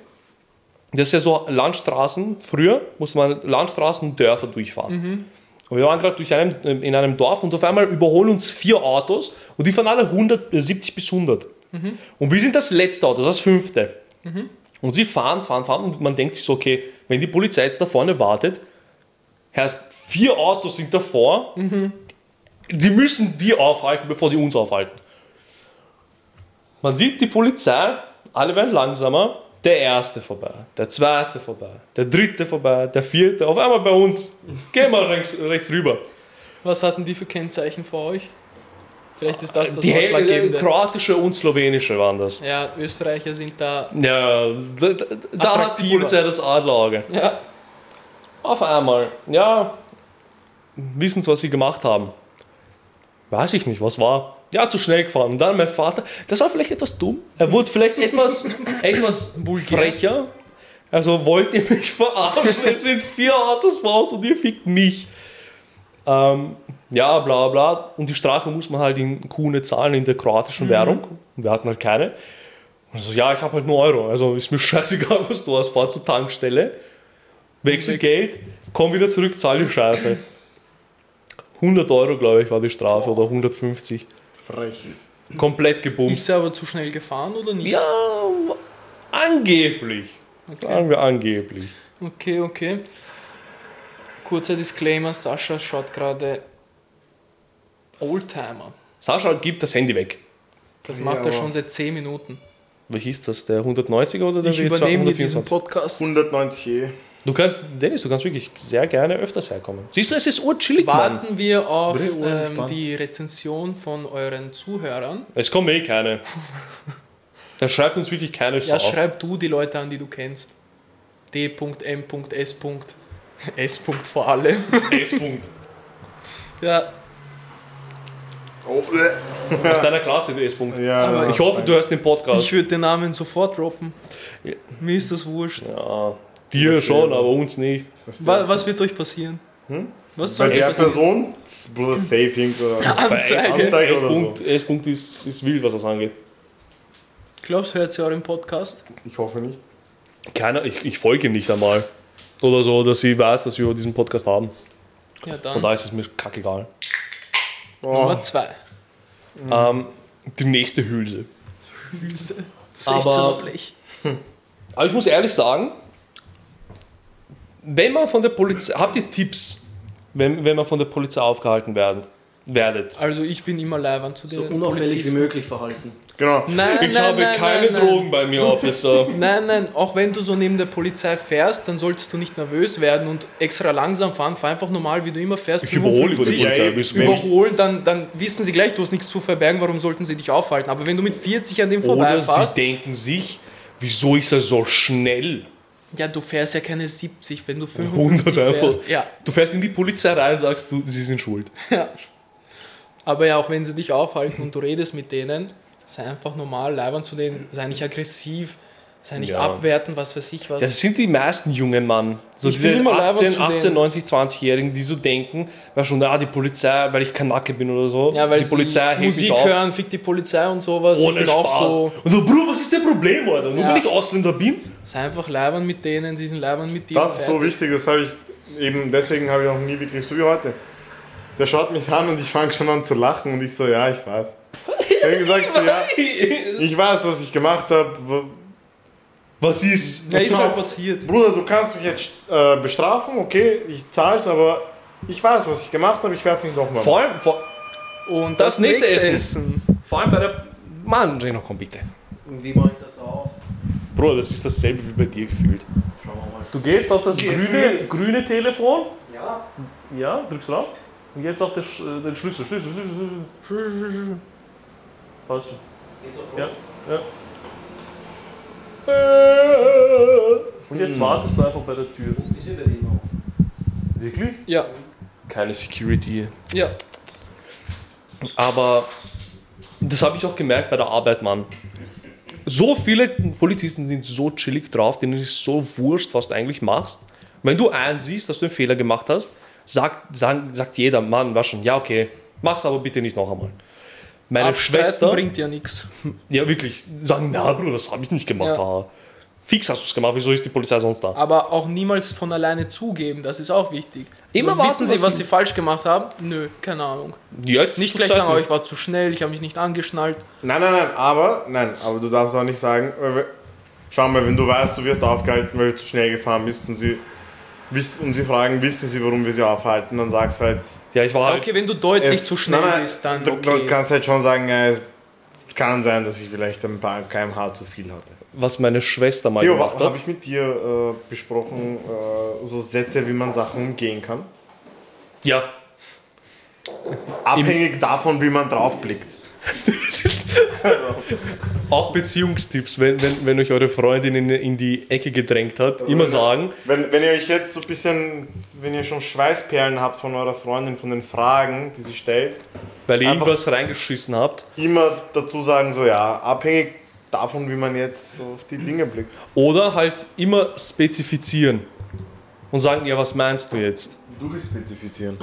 Das ist ja so Landstraßen. Früher musste man Landstraßen und Dörfer durchfahren. Und wir waren gerade durch einem, äh, in einem Dorf und auf einmal überholen uns vier Autos und die fahren alle 100, äh, 70 bis 100. Und wir sind das letzte Auto, das fünfte. Und sie fahren, fahren, fahren und man denkt sich so, okay, wenn die Polizei jetzt da vorne wartet, heißt, vier Autos sind davor, die müssen die aufhalten, bevor die uns aufhalten. Man sieht die Polizei, alle werden langsamer, der erste vorbei, der zweite vorbei, der dritte vorbei, der vierte, auf einmal bei uns, geh mal rechts, rechts rüber. Was hatten die für Kennzeichen vor euch? Vielleicht ist das das Die Hel- Ausschlaggebende. kroatische und slowenische waren das. Ja, Österreicher sind da. Ja, da, da- da hat die Attraktiver. Polizei das Adlerauge. Ja, Auf einmal, ja, wissen's, was sie gemacht haben. Weiß ich nicht, was war. Ja, zu schnell gefahren. Und dann mein Vater, das war vielleicht etwas dumm. Er wurde vielleicht etwas, etwas frecher. Also wollt ihr mich verarschen? Es sind vier Autos vor uns und ihr fickt mich. Ähm, ja, bla bla. Und die Strafe muss man halt in Kuhne zahlen, in der kroatischen Währung. Und wir hatten halt keine. Und so, ja, ich habe halt nur Euro. Also ist mir scheißegal, was du hast. Fahr zur Tankstelle, wechsel Geld, komm wieder zurück, zahl die Scheiße. 100 Euro, glaube ich, war die Strafe oder 150. Frech. Komplett gebumst. ist er aber zu schnell gefahren oder nicht? Um- Ja, angeblich. Okay, Sagen wir angeblich. okay. okay. Kurzer Disclaimer: Sascha schaut gerade Oldtimer. Sascha, gib das Handy weg. Das Ja, macht er aber- schon seit 10 Minuten. Welches ist das? Der 190er oder der Ich übernehme hier diesen 124? Podcast. 190 E. Du kannst, Dennis, du kannst wirklich sehr gerne öfters herkommen. Siehst du, es ist urchillig, Mann. Warten wir auf Bre- Ohren ähm, entspannt. die Rezension von euren Zuhörern. Es kommen eh keine. Da schreibt uns wirklich keine Ja, Sau. schreib du die Leute an, die du kennst. D.M.S. S. Punkt vor allem. S-Punkt. Ja, Oh, bleh. Aus deiner Klasse, der S-Punkt. ja, Aber ja, Ich hoffe, du hörst den Podcast. ich würde den Namen sofort droppen. Ja. Mir ist das wurscht. ja, dir schon, aber uns nicht. Wa- Was wird euch passieren? Hm? Was Bei soll euch der passieren? Person, Bruder, safe irgendwo. Anzeige. Bei Anzeige oder S-Punkt S-Punkt ist, ist wild, was das angeht. Glaubst du, hört sie euren Podcast? Ich hoffe nicht. Keiner, ich, ich folge ihm nicht einmal. Oder so, dass sie weiß, dass wir über diesen Podcast haben. Ja, Von dann. daher ist es mir kackegal. Oh, Nummer 2. Ähm, die nächste Hülse. Füße. Das Aber- 16er Blech. Aber ich muss ehrlich sagen, wenn man von der Polizei. Habt ihr Tipps, wenn, wenn man von der Polizei aufgehalten werden, werdet? Also, ich bin immer leiwand zu den So unauffällig wie Polizisten. möglich verhalten. genau. Nein, Ich nein, habe nein, keine nein, nein. Drogen bei mir, Officer. Nein, nein, auch wenn du so neben der Polizei fährst, dann solltest du nicht nervös werden und extra langsam fahren. Fahr einfach normal, wie du immer fährst. Ich überhole über die 55, Polizei. ja, bis wenn ich- Überholen, dann, dann wissen sie gleich, du hast nichts zu verbergen, warum sollten sie dich aufhalten. Aber wenn du mit 40 an dem Oder sie vorbeifährst, denken sich, wieso ist er so schnell? ja, du fährst ja keine 70, wenn du 100 55 einfach. fährst. Ja, Du fährst in die Polizei rein und sagst, du, sie sind schuld. ja. Aber ja, auch wenn sie dich aufhalten und du redest mit denen, sei einfach normal, leibern zu denen, sei nicht aggressiv, sei nicht Ja. abwerten, was weiß ich was. Das sind die meisten jungen Mann. So Ich diese bin immer leiber 18, zu denen. 18, 90, 20-Jährigen, die so denken, weil schon, ah, die Polizei, weil ich Kanake bin oder so. ja, weil die Polizei sie hebt mich Musik auf. hören, fickt die Polizei und sowas. Ich Ohne bin Spaß. auch so. Und du, Bruder, was ist dein Problem, Alter? Nur Ja. weil ich Ausländer bin? Sei einfach leibern mit denen, sie sind leibern mit dir. Das ist so wichtig, das habe ich eben, deswegen habe ich auch nie wirklich, so wie heute. Der schaut mich an und ich fange schon an zu lachen und ich so, ja, ich weiß. Dann gesagt so, ja, ich weiß, was ich gemacht habe. Was ist? Ja, ist halt passiert. Bruder, du kannst mich jetzt äh, bestrafen, okay, ich zahle es, aber ich weiß, was ich gemacht habe, ich werde es nicht nochmal machen. Vor allem, vor, Und Das nächste vor allem bei der. Mann, Reno, komm bitte. Und wie mache ich das da auf? Bruder, das ist dasselbe wie bei dir gefühlt. Schauen wir mal. Du gehst auf das grüne, Gefühlt. grüne Telefon. Ja, Ja, drückst drauf. Und jetzt auf den, Sch- äh, den Schlüssel. Schlüssel, Schlüssel, Schlüssel. Essen. Passt schon. geht's auch Ja, ja. Äh, Und jetzt wartest du einfach bei der Tür. Wie sind wir denn auf? Wirklich? Ja, Keine Security. ja. Aber das habe ich auch gemerkt bei der Arbeit, Mann. So viele Polizisten sind so chillig drauf, denen ist so wurscht, was du eigentlich machst. Wenn du einsiehst, dass du einen Fehler gemacht hast, sagt, sagen, sagt jeder, Mann, war schon, ja, okay, mach's aber bitte nicht noch einmal. Meine Abstreiten Schwester. bringt ja nichts. Ja, wirklich. Sagen, na, Bruder, das habe ich nicht gemacht. Ja. ah. Fix hast du es gemacht, wieso ist die Polizei sonst da? Aber auch niemals von alleine zugeben, das ist auch wichtig. Immer Immer warten, wissen sie, was was sie- sie falsch gemacht haben? Nö, keine Ahnung. Jetzt Nicht zur gleich Zeit sagen, oh, ich war zu Halt. schnell, ich habe mich nicht angeschnallt. Nein, nein, nein, aber, nein, aber du darfst auch nicht sagen, weil wir- Schau mal, wenn du weißt, du wirst aufgehalten, weil du zu schnell gefahren bist und sie, wissen, und sie fragen, wissen sie, warum wir sie aufhalten, dann sagst halt, Ja, ich war halt. Okay, wenn du deutlich es- zu schnell nein, nein, bist, dann du- Du okay. kannst halt schon sagen, ja, es kann sein, dass ich vielleicht ein paar kmh zu viel hatte. was meine Schwester mal Theo, gemacht habe hat. ich mit dir äh, besprochen, äh, so Sätze, wie man Sachen umgehen kann? Ja. Abhängig davon, wie man draufblickt. Auch Beziehungstipps, wenn, wenn, wenn euch eure Freundin in, in die Ecke gedrängt hat, immer sagen. Also Wenn, wenn ihr euch jetzt so ein bisschen, wenn ihr schon Schweißperlen habt von eurer Freundin, von den Fragen, die sie stellt, Weil ihr Einfach- irgendwas reingeschissen habt. immer dazu sagen, so ja, abhängig davon, wie man jetzt so auf die Dinge blickt. Oder halt immer spezifizieren. Und sagen, ja, was meinst du jetzt? Du bist spezifizieren.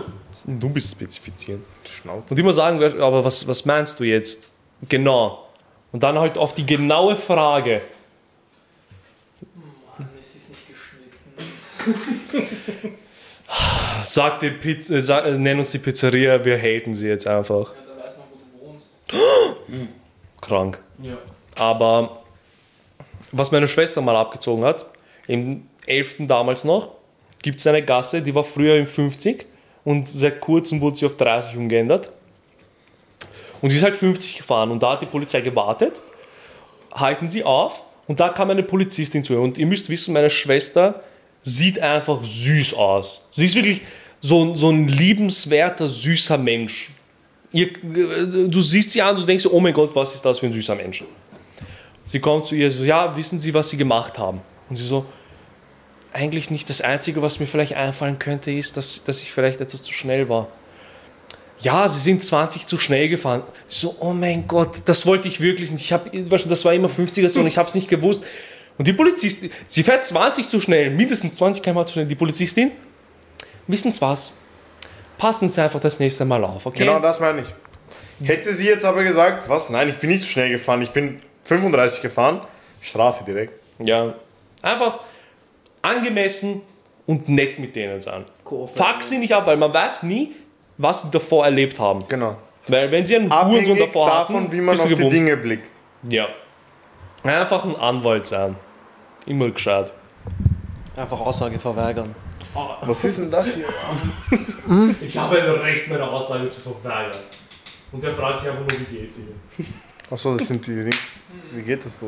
Du bist spezifizieren. Schnauze. Und immer sagen, aber was, was meinst du jetzt? Genau. Und dann halt auf die genaue Frage. Mann, es ist nicht geschnitten. ne? Sag die Pizza, äh, sag, äh, nenn uns die Pizzeria, wir haten sie jetzt einfach. Ja, da weiß man, wo du wohnst. Krank. Ja. Aber was meine Schwester mal abgezogen hat, im 11. damals noch, gibt es eine Gasse, die war früher im 50 und seit kurzem wurde sie auf 30 umgeändert. Und sie ist halt 50 gefahren und da hat die Polizei gewartet, halten sie auf und da kam eine Polizistin zu ihr. Und ihr müsst wissen, meine Schwester sieht einfach süß aus. Sie ist wirklich so, ein- so ein liebenswerter, süßer Mensch. Ihr, äh, du siehst sie an, du denkst, oh mein Gott, was ist das für ein süßer Mensch? Sie kommt zu ihr, so, ja, wissen Sie, was Sie gemacht haben? Und sie so, eigentlich nicht. Das Einzige, was mir vielleicht einfallen könnte, ist, dass, dass ich vielleicht etwas zu schnell war. Ja, Sie sind 20 zu schnell gefahren. So, oh mein Gott, das wollte ich wirklich nicht. Ich hab, das war immer 50er Zone, ich habe es nicht gewusst. Und die Polizistin, sie fährt 20 zu schnell, mindestens 20 km zu schnell. Die Polizistin, wissen Sie was? Passen Sie einfach das nächste Mal auf, okay? Genau das meine ich. Hätte sie jetzt aber gesagt, was? Nein, ich bin nicht so schnell gefahren, ich bin 35 gefahren, Strafe direkt. Ja. Einfach angemessen und nett mit denen sein. Kooperieren. Fuck sie nicht ab, weil man weiß nie, was sie davor erlebt haben. Genau. Weil wenn sie einen Hurensohn Abhängig davor davon, hatten, wie man bist auf du die gewumst. Dinge blickt. Ja. Einfach ein Anwalt sein. Immer gescheit. Einfach Aussage verweigern. Was ist denn das hier? Ich habe ein Recht, meine Aussage zu verweigern. Und der fragt sich einfach nur, wie geht's Ihnen? Achso, das sind die Dinge. Wie geht das, Bro?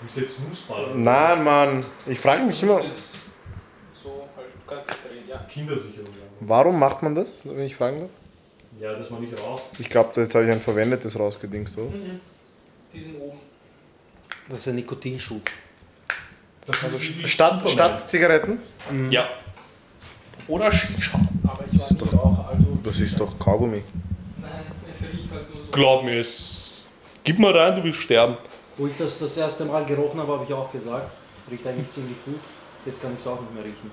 Du bist jetzt Fußballer. Nein, Mann. Ich frage mich immer, Das ist so halt, du kannst nicht drehen, ja. Kindersicherung. warum macht man das, wenn ich fragen darf? Ja, dass man nicht raucht. Ich glaube, jetzt habe ich ein verwendetes rausgedingst, oder? Die sind oben. Das ist ein Nikotinschub. Also Statt, statt Zigaretten? Ja. Oder Shisha. Aber ich war nicht Raucher, also. Das ist doch Kaugummi. Nein, es riecht halt nur so. Glaub mir, es. Gib mal rein, du willst sterben. Wo ich das das erste Mal gerochen habe, habe ich auch gesagt, riecht eigentlich ziemlich gut. Jetzt kann ich es auch nicht mehr riechen.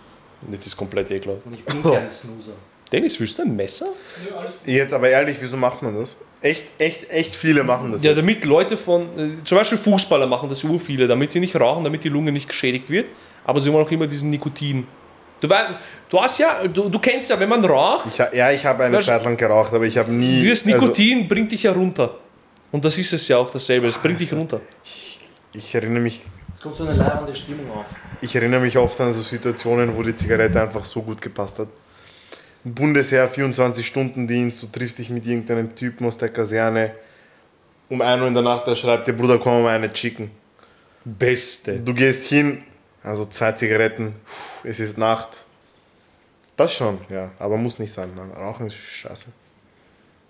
Das ist komplett ekelhaft. Und ich bin kein Snoozer. Dennis, willst du ein Messer? Nö, alles gut. Jetzt aber ehrlich, wieso macht man das? Echt, echt, echt viele machen das. Ja, jetzt. damit Leute von, äh, zum Beispiel Fußballer machen das ur viele, damit sie nicht rauchen, damit die Lunge nicht geschädigt wird, aber sie haben auch immer diesen Nikotin. Du, wei- du hast ja, du, du kennst ja, wenn man raucht, Ich, ha- ja, ich habe eine Weißt- Zeit lang geraucht, aber ich habe nie. dieses Also, Nikotin bringt dich ja runter. Und das ist es ja auch dasselbe, es bringt Also dich runter. ich erinnere mich. Es kommt so eine leibende Stimmung auf. Ich erinnere mich oft an so Situationen, wo die Zigarette einfach so gut gepasst hat. Bundesheer, 24-Stunden-Dienst, du triffst dich mit irgendeinem Typen aus der Kaserne. Um 1 Uhr in der Nacht, der schreibt dir, Bruder, komm mal eine Chicken. Beste. Du gehst hin, also zwei Zigaretten, puh, es ist Nacht. Das schon, ja, aber muss nicht sein, Mann. Rauchen ist scheiße.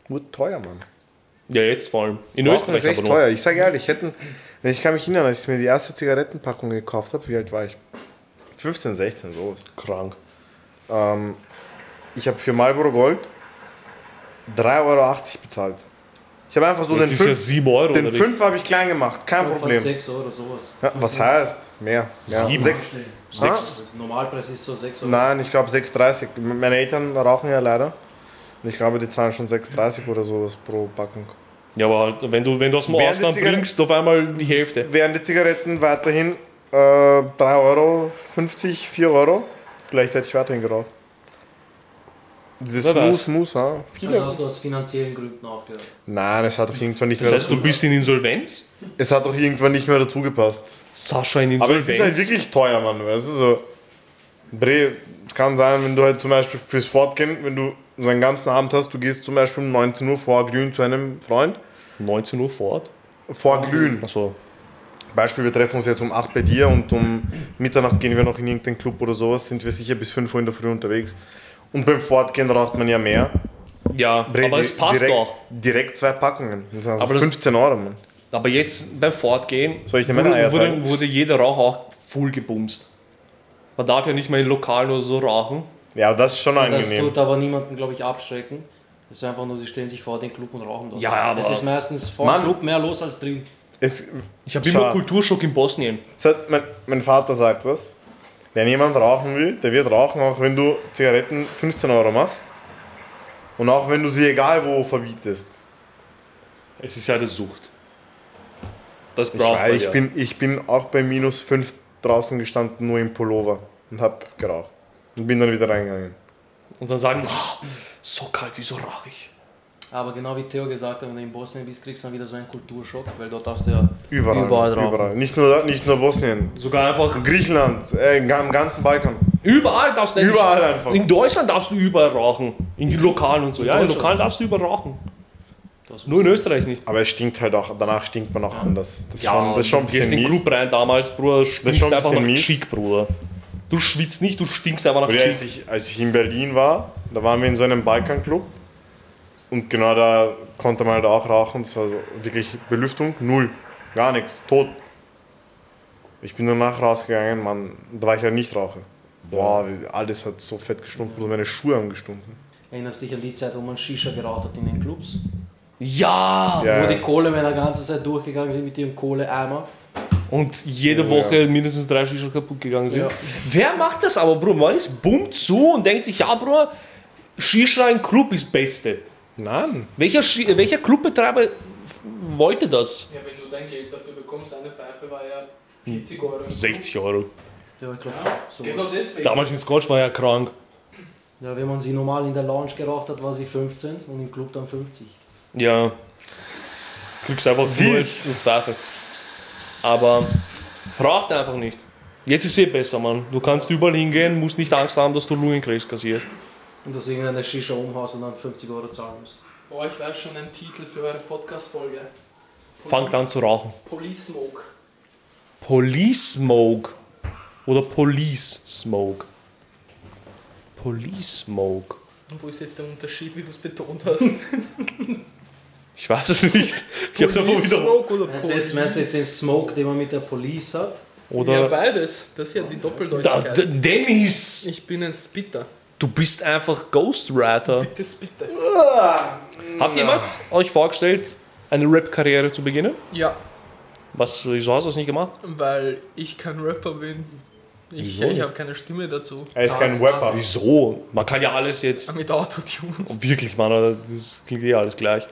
Wird teuer, Mann. Ja, jetzt vor allem. In Rauchen ist Österreich echt aber nur. teuer. Ich sage ehrlich, ich, hätte, ich kann mich erinnern, als ich mir die erste Zigarettenpackung gekauft habe, wie alt war ich? 15, 16, sowas. Krank. Ähm, ich habe für Marlboro Gold 3,80 Euro bezahlt. Ich habe einfach so Jetzt den ist ja 5, 7 Euro den oder nicht? 5 habe ich klein gemacht, kein Von Problem. 6 Euro sowas. Ja, was heißt? Mehr. Ja, Sieben. sechs- Sechs. Der also Normalpreis ist so 6 Euro. Nein, ich glaube 6,30. M- Meine Eltern rauchen ja leider. Und ich glaube, die zahlen schon 6,30 oder sowas pro Packung. Ja, aber halt, wenn du, wenn du aus dem Wer Ausland die Zigaretten- bringst, auf einmal die Hälfte. Während die Zigaretten weiterhin äh, 3 Euro, 50, 4 Euro. Vielleicht hätte ich weiterhin geraucht. Dieses Na, das. Smooth Musa. Viele. Also hast du aus finanziellen Gründen aufgehört. Nein, es hat doch irgendwann nicht Das mehr. heißt, du bist in Insolvenz? es hat doch irgendwann nicht mehr dazu gepasst. Sascha in Aber Insolvenz? es ist halt wirklich teuer, Mann, weißt du, so. Bre, es kann sein, wenn du halt zum Beispiel fürs Fortgehen, wenn du so einen ganzen Abend hast, du gehst zum Beispiel um 19 Uhr vorglühen zu einem Freund. 19 Uhr fort? Also, Vorglühen. Achso. Beispiel, wir treffen uns jetzt um 8 bei dir und um Mitternacht gehen wir noch in irgendeinen Club oder sowas, sind wir sicher bis 5 Uhr in der Früh unterwegs. Und beim Fortgehen raucht man ja mehr. Ja, Bre, aber di- es passt direkt, doch. Direkt zwei Packungen. Das sind also Aber das- 15 Euro, Mann. Aber jetzt beim Fortgehen Soll ich dir meine wurde, Eier wurde, zeigen? wurde jeder Rauch auch voll gebumst. Man darf ja nicht mal in Lokalen oder so rauchen. Ja, aber das ist schon Das angenehm. tut aber niemanden, glaube ich, abschrecken. Es ist einfach nur, sie stellen sich vor den Club und rauchen dort. Ja, aber- Es ist meistens vor Mann. dem Club mehr los als drin. Es, Ich habe immer Schade. Kulturschock in Bosnien. Es hat, mein, mein Vater sagt das. Wenn jemand rauchen will, der wird rauchen, auch wenn du Zigaretten 15 Euro machst. Und auch wenn du sie egal wo verbietest. Es ist ja eine Sucht. Das Ich, braucht weiß, man ich, ja. bin, ich bin auch bei minus 5 draußen gestanden, nur im Pullover. Und hab geraucht. Und bin dann wieder reingegangen. Und dann sagen, "Ah, so kalt, wieso rauche ich? Aber genau wie Theo gesagt hat, wenn du in Bosnien bist, kriegst du dann wieder so einen Kulturschock, weil dort hast du ja Überall. Überall rauchen. Nicht, nur, da- nicht nur Bosnien. Sogar einfach. Griechenland, äh, im ga- im ganzen Balkan. Überall darfst du endlich- Überall einfach. In Deutschland darfst du überall rauchen. In die Lokalen und so. Ja, in Deutschland. Lokalen darfst du überall rauchen. Das Nur in Österreich nicht. Aber es stinkt halt auch, danach stinkt man auch anders. Das ist Ja, schon, das ist schon ein du gehst bisschen in den mies. Club rein damals, Bruder, stinkst schon ein einfach bisschen nach mies. Chic, Bruder. Du schwitzt nicht, du stinkst einfach nach Oder als Chic. ich, als ich in Berlin war, da waren wir in so einem Balkanclub und genau da konnte man halt auch rauchen. Es war so wirklich Belüftung, null, gar nichts, tot. Ich bin danach rausgegangen, Mann, da war ich ja nicht Raucher. Boah, wie- alles hat so fett gestunken, und meine Schuhe haben gestunken. Erinnerst dich an die Zeit, wo man Shisha geraucht hat in den Clubs? Ja! Ja, Wo die Kohlemänner ganze Zeit durchgegangen sind mit ihrem Kohleeimer. Und jede Oh, Woche mindestens drei Shisha kaputt gegangen sind. Ja. Wer macht das aber, Bruder? Man ist bumm zu und denkt sich, ja, Bruder, Shisha im Club ist Beste. Nein, Welcher, Shi- äh, welcher Clubbetreiber f- wollte das? Ja, wenn du dein Geld dafür bekommst, eine Pfeife war ja 40 Euro. 60 Euro. Ja, ich glaube, Genau sowas. deswegen. Damals in Scotch war er krank. Ja, wenn man sie normal in der Lounge geraucht hat, war sie 15 und im Club dann 50. Ja. Kriegst einfach Wild. durch und Pfeife. Aber braucht einfach nicht. Jetzt ist eh besser, Mann. Du kannst überall hingehen, musst nicht Angst haben, dass du Lungenkrebs kassierst. Und dass irgendeine Shisha umhaust und dann 50 Euro zahlen musst. Boah, ich weiß schon einen Titel für eure Podcast-Folge. Fangt an zu rauchen. Police Smoke. Police Smoke. Oder Police Smoke. Police Smoke. Und wo ist jetzt der Unterschied, wie du es betont hast? Ich weiß es nicht. Ich hab's einfach wieder. Smoke oder Meinst du jetzt, meinst du jetzt den Smoke, den man mit der Police hat? Ja, Oder. beides. Das ist ja die Da, Doppeldeutigkeit. D- Dennis! ich bin ein Spitter. Du bist einfach Ghostwriter. Bitte Spitter. Habt ihr jemals euch vorgestellt, eine Rap-Karriere zu beginnen? Ja, Was, wieso hast du das nicht gemacht? weil ich kein Rapper bin. Ich, Wieso ich nicht? habe keine Stimme dazu. er ist kein Rapper. Ah, Wieso? Man kann ja alles jetzt. Oh, Mit Autotune. Wirklich, Mann, das klingt eh alles gleich.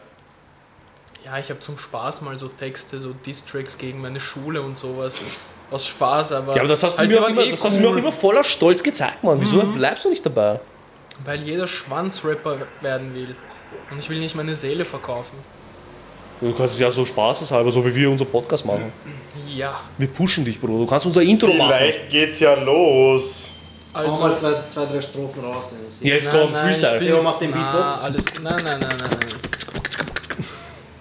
Ja, ich habe zum Spaß mal so Texte, so Distracks gegen meine Schule und sowas. Aus Spaß, aber. Ja, aber das hast du, Halt, die mir, auch waren immer, eh das hast du mir auch cool. Mhm. immer voller Stolz gezeigt, Mann. Wieso bleibst du nicht dabei? Weil jeder Schwanzrapper werden will. Und ich will nicht meine Seele verkaufen. Du kannst es ja so spaßeshalber, so wie wir unseren Podcast machen. Ja. Wir pushen dich, Bruder. Du kannst unser Intro machen. Vielleicht geht's ja los. Also. Hau mal zwei, zwei, drei Strophen raus, Dennis. Jetzt Nein, kommt nein, ich Freestyle. bin- Theo macht den Na, Beatbox. Alles, nein, nein, nein, nein, nein.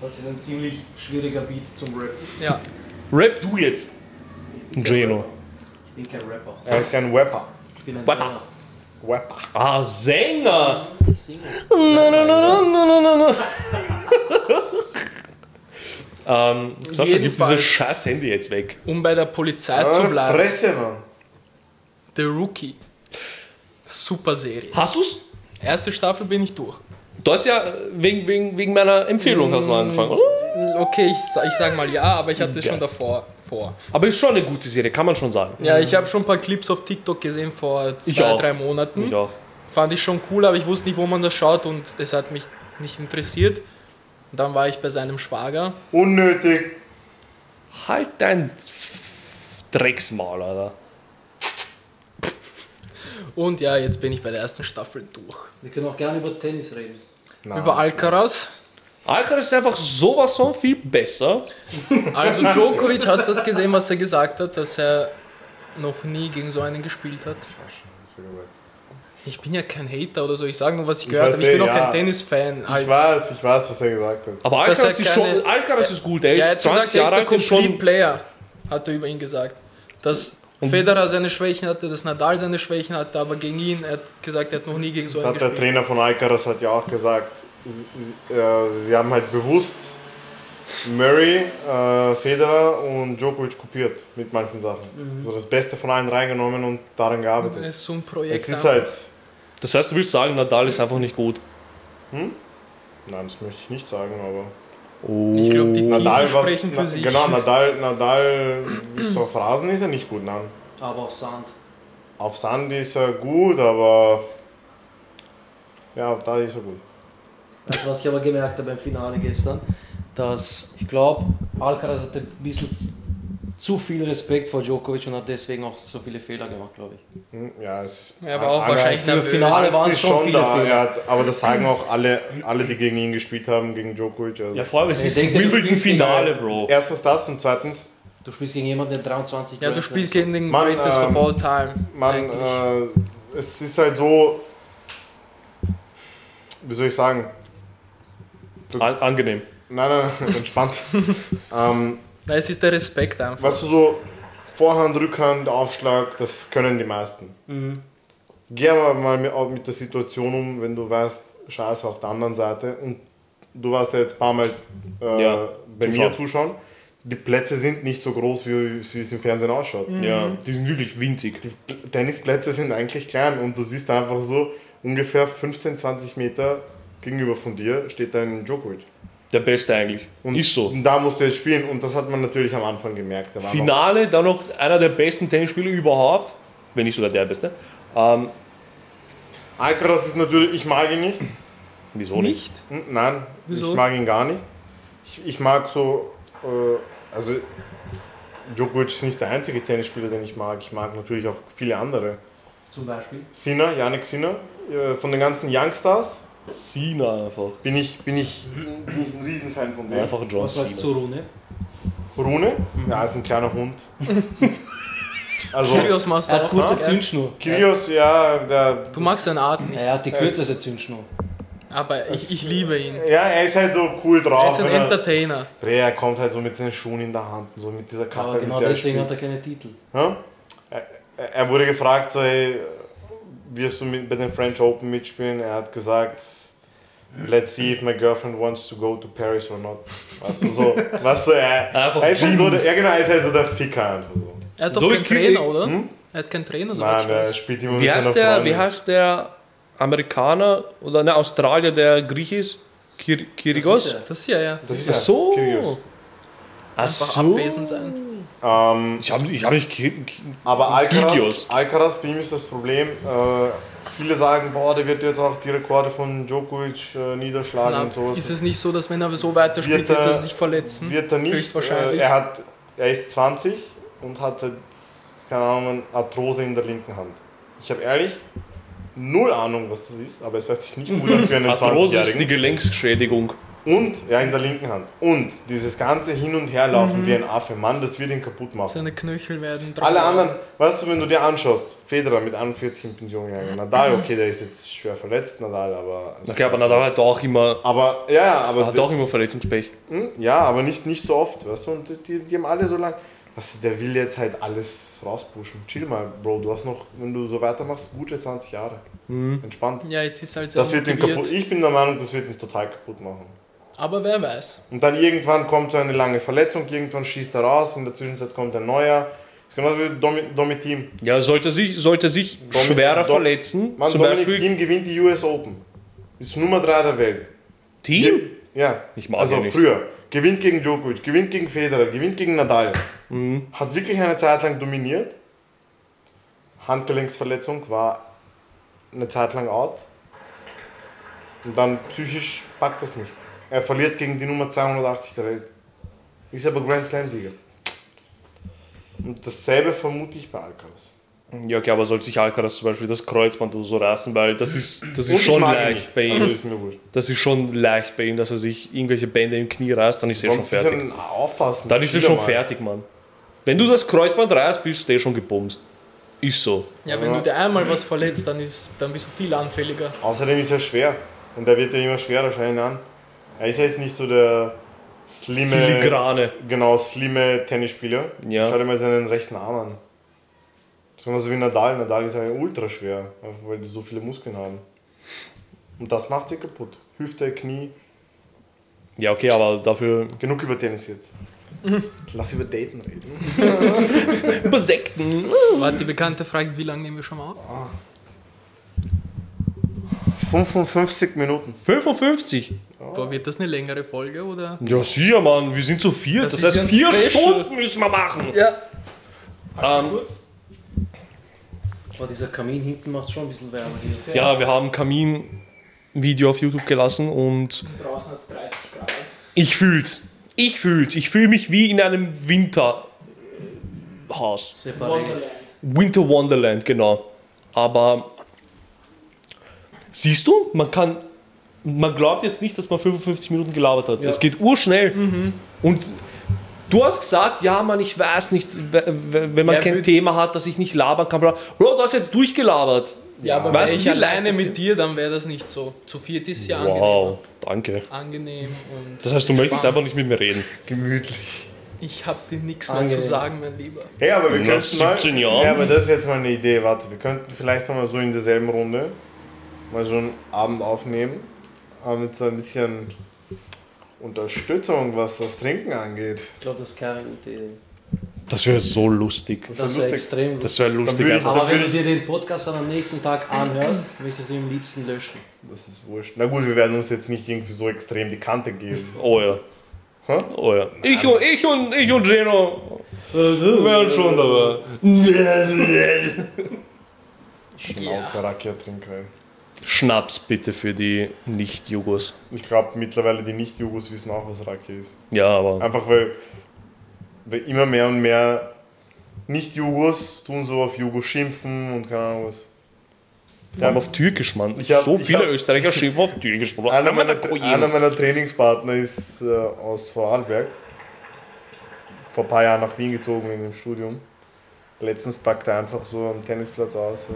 Das ist ein ziemlich schwieriger Beat zum Rap. Ja, Rap du jetzt. Geno. Ich bin kein Rapper. Er ist kein Rapper. Ich bin ein Rapper. Sänger. Rapper. Ah, Sänger. Ich singe. Na, na, na, na, na, na, na, na. ähm, Sascha, gib Jedenfalls. dieses scheiß Handy jetzt weg. um bei der Polizei zu Ah, bleiben. Fresse, Mann. The Rookie. Super Serie. Hast du's? Erste Staffel bin ich durch. Du hast ja wegen, wegen, wegen meiner Empfehlung Mm. hast du angefangen, oder? Okay, ich, sa- ich sag mal ja, aber ich hatte es Ja. schon davor vor. Aber ist schon eine gute Serie, kann man schon sagen. Hm? Ja, ich habe schon ein paar Clips auf TikTok gesehen vor Ich zwei, auch. drei Monaten. Ich auch. Fand ich schon cool, aber ich wusste nicht, wo man das schaut und es hat mich nicht interessiert. Und dann war ich bei seinem Schwager. Unnötig. Halt dein Drecksmaul, Alter. Und ja, jetzt bin ich bei der ersten Staffel durch. Wir können auch gerne über Tennis reden. Nein. Über Alcaraz. Alcaraz ist einfach sowas von viel besser. Also Djokovic, hast du das gesehen, was er gesagt hat, dass er noch nie gegen so einen gespielt hat? Ich bin ja kein Hater oder so, ich sage nur, was ich gehört weiß habe. Ich bin eh, auch ja. kein Tennis-Fan. also Ich Alter. weiß, ich weiß, was er gesagt hat. Aber Dass Alcaraz er ist keine- schon. Alcaraz ist gut. Er Ja, er ist hat 20 gesagt, 20 er ist Jahre der alt und Complete schon. Player, hat er über ihn gesagt. Dass Federer seine Schwächen hatte, dass Nadal seine Schwächen hatte, aber gegen ihn, er hat gesagt, er hat noch nie gegen so Das einen hat der gespielt. Trainer von Alcaraz hat ja auch gesagt. Sie, äh, sie haben halt bewusst Murray, äh, Federer und Djokovic kopiert mit manchen Sachen. So das Beste von allen reingenommen und daran gearbeitet. Es Mhm. ist so ein Projekt. es ist einfach. halt. Das heißt, du willst sagen, Nadal ist einfach nicht gut. Nein, das möchte ich nicht sagen, aber. ich glaube, die Oh. Titel Nadal war. sprechen für sich. Genau, Nadal, Nadal ist auf Rasen ist er nicht gut, nein. Aber auf Sand. Auf Sand ist er gut, aber. Ja, da ist er gut. Weißt du, was ich aber gemerkt habe beim Finale gestern? Dass ich glaube, Alcaraz hatte ein bisschen zu viel Respekt vor Djokovic und hat deswegen auch so viele Fehler gemacht, glaube ich. Hm, Ja, es ist. Er war auch Angst- wahrscheinlich für nervös. Finale- Angst waren ist schon viele Fehler. er hat, aber das sagen auch alle, alle, die gegen ihn gespielt haben, gegen Djokovic. Also. Ja, vor allem, es Ich ist denke, ein du spielst gegen- Wimbledon-Finale, Bro. Erstens das und zweitens, Du spielst gegen jemanden, der 23 Ja, du Grand Slams spielst gegen den Mann, Greatest of ähm, All Time. man, eigentlich. äh, es ist halt so, wie soll ich sagen, An angenehm. nein, nein, nein, entspannt. ähm, Na, es ist der Respekt einfach. weißt du, so Vorhand, Rückhand, Aufschlag, das können die meisten. Mhm. Geh aber mal mit, auch mit der Situation um, wenn du weißt, scheiße auf der anderen Seite und du warst ja jetzt ein paar Mal äh, Ja, bei zuschauen. mir zuschauen. Die Plätze sind nicht so groß, wie, wie es im Fernsehen ausschaut. Ja, Mhm. die sind wirklich winzig. die Tennisplätze sind eigentlich klein und du siehst einfach so ungefähr 15, 20 Meter gegenüber von dir steht ein Djokovic. Der beste eigentlich. Und ist so. da musst du jetzt spielen und das hat man natürlich am Anfang gemerkt. Da war noch- Finale, dann noch einer der besten Tennisspieler überhaupt, wenn nicht sogar der beste. Ähm, Alcaraz ist natürlich, ich mag ihn nicht. wieso nicht? nicht? Hm, Nein, Wieso? ich mag ihn gar nicht. Ich, ich mag so, äh, also Djokovic ist nicht der einzige Tennisspieler, den ich mag. Ich mag natürlich auch viele andere. Zum Beispiel. Sinner, Yannick Sinner, äh, von den ganzen Youngstars Sina einfach. bin ich, bin ich, bin ich ein Riesenfan von dem. Einfach John Was sagst Cena. du, Rune? Rune? Ja, ist ein kleiner Hund. also, Kyrgios machst du Er hat auch, kurze ne? Zündschnur. Kyrgios, ja, der, Du magst seine Art nicht, Er hat die kürzeste Zündschnur. aber ich, ich liebe ihn. ja, er ist halt so cool Er drauf. ist ein wenn er, Entertainer. Bre, er kommt halt so mit seinen Schuhen in der Hand und so mit dieser Kappe. Aber genau mit der deswegen er hat er keine Titel. spielt. Ja? er, er wurde gefragt, so, hey, wirst du mit, bei den French Open mitspielen? Er hat gesagt, let's see if my girlfriend wants to go to Paris or not. Weißt du, so, weißt du, er, Einfach er ist halt so, Dream. der, ja genau, er ist halt so der Ficker einfach so. Er hat doch So wie keinen Kyrie- Trainer, oder? Er hat keinen Trainer, soweit Nein, ich er weiß. spielt immer mit Also Wie seiner heißt, der, wie Freundin. heißt der Amerikaner oder ne, Australier, der Griech ist? Kir Kirigos? Das Das hier, ja. Das ist Ach er, Kyrgios. so. Ach Einfach so. abwesend sein. Ähm, Ich habe ich hab nicht. Ki- Ki- aber Alcaraz, Videos. Alcaraz, bei ihm ist das Problem. Äh, viele sagen, boah, der wird jetzt auch die Rekorde von Djokovic äh, niederschlagen Na, und sowas. ist es nicht so, dass wenn er so weiterspielt, Wird er- wird er sich Hm, verletzen? wird er nicht. höchstwahrscheinlich. Äh, er, hat, er ist 20 und hat seit, keine Ahnung, Arthrose in der linken Hand. Ich habe ehrlich null Ahnung, was das ist, aber es hört sich nicht gut an für einen Arthrose ist die 20-Jährigen. Gelenksschädigung. Und, ja, in der linken Hand. Und dieses ganze Hin- und Mhm. Herlaufen wie ein Affe, Mann, das wird ihn kaputt machen. Seine Knöchel werden drauf. Alle anderen, weißt du, wenn du dir anschaust, Federer mit 41 in Pension gegangen, Nadal, okay, der ist jetzt schwer verletzt, Nadal, aber. also- Okay, aber Nadal hat auch immer, Aber, ja, ja, aber. hat auch immer Verletzungspech. Hm, ja, aber nicht, nicht so oft, weißt du, und die, die haben alle so lang. Weißt du, der will jetzt halt alles rauspushen. Chill mal, Bro, du hast noch, wenn du so weitermachst, gute 20 Jahre. Entspannt. Ja, jetzt ist er halt sehr Das wird ihn motiviert. kaputt, ich bin der Meinung, das wird ihn total kaputt machen. Aber wer weiß. Und dann irgendwann kommt so eine lange Verletzung, irgendwann schießt er raus, in der Zwischenzeit kommt ein neuer. Das ist genauso wie Domi, Domi Team. Ja, sollte sich, sollte sich Dominik- schwerer Dom- verletzen. Mann, zum Dominik Beispiel Thiem gewinnt die US Open. Ist Nummer 3 der Welt. Team. Ja. Ich mag also ihn nicht. früher. Gewinnt gegen Djokovic, gewinnt gegen Federer, gewinnt gegen Nadal. Mhm. Hat wirklich eine Zeit lang dominiert. Handgelenksverletzung war eine Zeit lang out. Und dann psychisch packt das nicht. Er verliert gegen die Nummer 280 der Welt. Ist aber Grand Slam-Sieger. Und dasselbe vermute ich bei Alcaraz. Ja, okay, aber soll sich Alcaraz zum Beispiel das Kreuzband oder so reißen, weil das ist, das ist ich schon mag ihn leicht nicht. bei Also ihm. ist mir wurscht. Das ist schon leicht bei ihm, dass er sich irgendwelche Bänder im Knie reißt, dann ist er schon Sonst ist fertig. ein- Aufpassen. Dann ist er Wieder schon mal. fertig, Mann. Wenn du das Kreuzband reißt, bist du eh schon gebumst. Ist so. Ja, wenn du dir einmal was verletzt, dann, ist, dann bist du viel anfälliger. Außerdem ist er schwer. Und der wird ja immer schwerer, schau ihn an. Er ist ja jetzt nicht so der slimme, Filigrane. s- genau, slimme Tennisspieler. Ja. Schau dir mal seinen rechten Arm an. Das ist immer so wie Nadal. Nadal ist ja ultra schwer, weil die so viele Muskeln haben. Und das macht sie kaputt. Hüfte, Knie. Ja, okay, aber dafür. Genug über Tennis jetzt. Mhm. Lass über Daten reden. Besekten! Warte, die bekannte Frage, wie lange nehmen wir schon mal auf? 55 Minuten. 55! Boah, wird das eine längere Folge oder? Ja, sicher, Mann, wir sind zu viert. Das Das, ist heißt, ja ein vier Special. Stunden müssen wir machen. Ja. Ähm, Aber dieser Kamin hinten macht schon ein bisschen wärmer. hier. ja, wir haben Kamin-Video auf YouTube gelassen und Draußen hat es 30 Grad. ich fühl's. Ich fühl's. Ich fühle mich wie in einem Winterhaus. Separiert. Winter Wonderland, genau. Aber siehst du, man kann, man glaubt jetzt nicht, dass man 55 Minuten gelabert hat. Es geht urschnell. Mhm. Und du hast gesagt, ja, Mann, ich weiß nicht, w- w- wenn man Ja, kein wür- Thema hat, dass ich nicht labern kann. bla. Bro, du hast jetzt durchgelabert. Ja, aber Weißt wäre du, ich wie leicht alleine das mit dir, dann wäre das nicht so. Zu viert ist ja Wow, danke. angenehm. Angenehm und Das heißt, du entspannt. möchtest einfach nicht mit mir reden. Gemütlich. Ich hab dir nichts mehr zu Angenehm. sagen, mein Lieber. Hey, aber wir Nach könnten mal. 17 Jahren? Ja, aber das ist jetzt mal eine Idee. Warte, wir könnten vielleicht nochmal so in derselben Runde mal so einen Abend aufnehmen. Aber mit so ein bisschen Unterstützung, was das Trinken angeht. Ich glaube, das ist keine gute Idee. Das wäre so lustig. Das Das, wär ist lustig. extrem lustig. Das wäre lustig. würde ich- einfach. da Aber wenn würd du dir den Podcast dann am nächsten Tag anhörst, möchtest du ihn am liebsten löschen. Das ist wurscht. Na gut, wir werden uns jetzt nicht irgendwie so extrem die Kante geben. Oh ja. Hä? Oh ja. Ich, und- ich, und, ich und Geno wären schon dabei. Schnauze, Rakia trinken. ey. Schnaps bitte für die Nicht-Jugos. Ich glaube mittlerweile die Nicht-Jugos wissen auch, was Rakia ist. Ja, aber. Einfach weil, weil immer mehr und mehr Nicht-Jugos tun so auf Jugos schimpfen und keine Ahnung was. Vor allem auf Türkisch, Mann. Ich hab- so ich viele hab- Österreicher schimpfen auf Türkisch. Bro. Einer meiner, einer Kojero. meiner Trainingspartner ist äh, aus Vorarlberg. Vor ein paar Jahren nach Wien gezogen in dem Studium. Letztens packt er einfach so am Tennisplatz aus. So.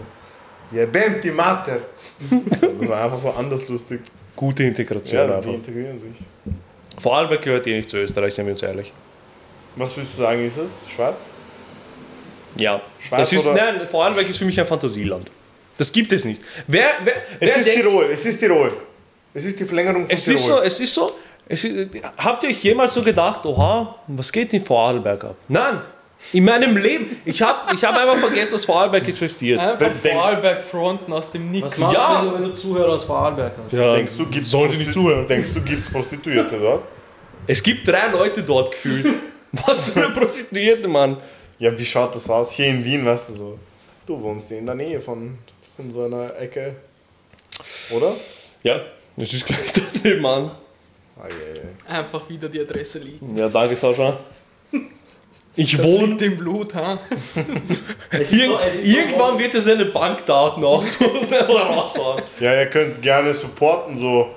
Ihr bent die Mater! So, das war einfach so anders lustig. Gute Integration Ja, die einfach. integrieren sich. Vor allem gehört eh nicht zu Österreich, sind wir uns ehrlich. Was würdest du sagen, ist es? Schwarz? Ja. Schwarz das ist, oder- nein, Vorarlberg ist für mich ein Fantasieland. Das gibt es nicht. Wer, wer, Es wer ist denkt, Tirol, es ist Tirol. Es ist die Verlängerung von Es Tirol. ist so, es ist so. Es ist, habt ihr euch jemals so gedacht, oha, was geht in Vorarlberg ab? Nein, in meinem Leben. Ich habe ich hab einfach vergessen, dass Vorarlberg existiert. Einfach Wenn du denkst- Vorarlberg fronten aus dem Nix. Was machst Ja. du, wenn du, wenn du Zuhörer aus Vorarlberg hast? Ja, Denkst du, gibt's sollen sie nicht Prosti- zuhören? Denkst du, gibt's Prostituierte dort? Es gibt drei Leute dort gefühlt. Was für eine Prostituierte, Mann. Ja, wie schaut das aus? Hier in Wien, weißt du so. Du wohnst in der Nähe von, von so einer Ecke. Oder? Ja, es ist gleich daneben, Mann. Ah, je, je. Einfach wieder die Adresse liegen. Ja, danke, Sascha. Ich Das wohne. liegt im Blut, ha? Es gibt Irg doch- es gibt doch- irgendwann wird er seine Bankdaten auch so raushauen. Ja, ihr könnt gerne supporten, so.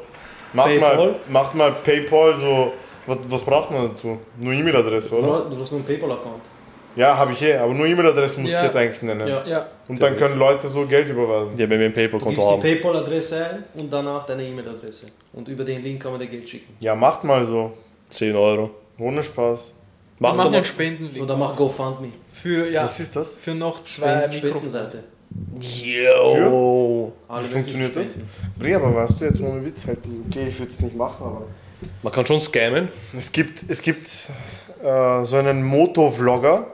Macht mal, Paypal? macht mal Paypal, so. Was, was braucht man dazu? Nur E-Mail-Adresse, oder? Du hast nur einen PayPal-Account. Ja, habe ich eh, aber nur E-Mail-Adresse muss Ja. ich jetzt eigentlich nennen. Ja. Ja. Und dann können Leute so Geld überweisen. Ja, wenn wir ein Du gibst PayPal-Konto die haben. PayPal-Adresse ein und danach deine E-Mail-Adresse. Und über den Link kann man dir Geld schicken. Ja, macht mal so. 10 Euro. Ohne Spaß. Wir Machen machen wir einen Spendenlink. Oder mach GoFundMe. Für, ja, Was ist das? für noch zwei Spenden- Mikrofone. Spendenseite. Yo. Alle Wie funktioniert möglichen das? Bri, aber weißt du jetzt ohne Witz halt, okay, ich würde es nicht machen, aber. Man kann schon scammen. Es gibt, es gibt äh, so einen Motovlogger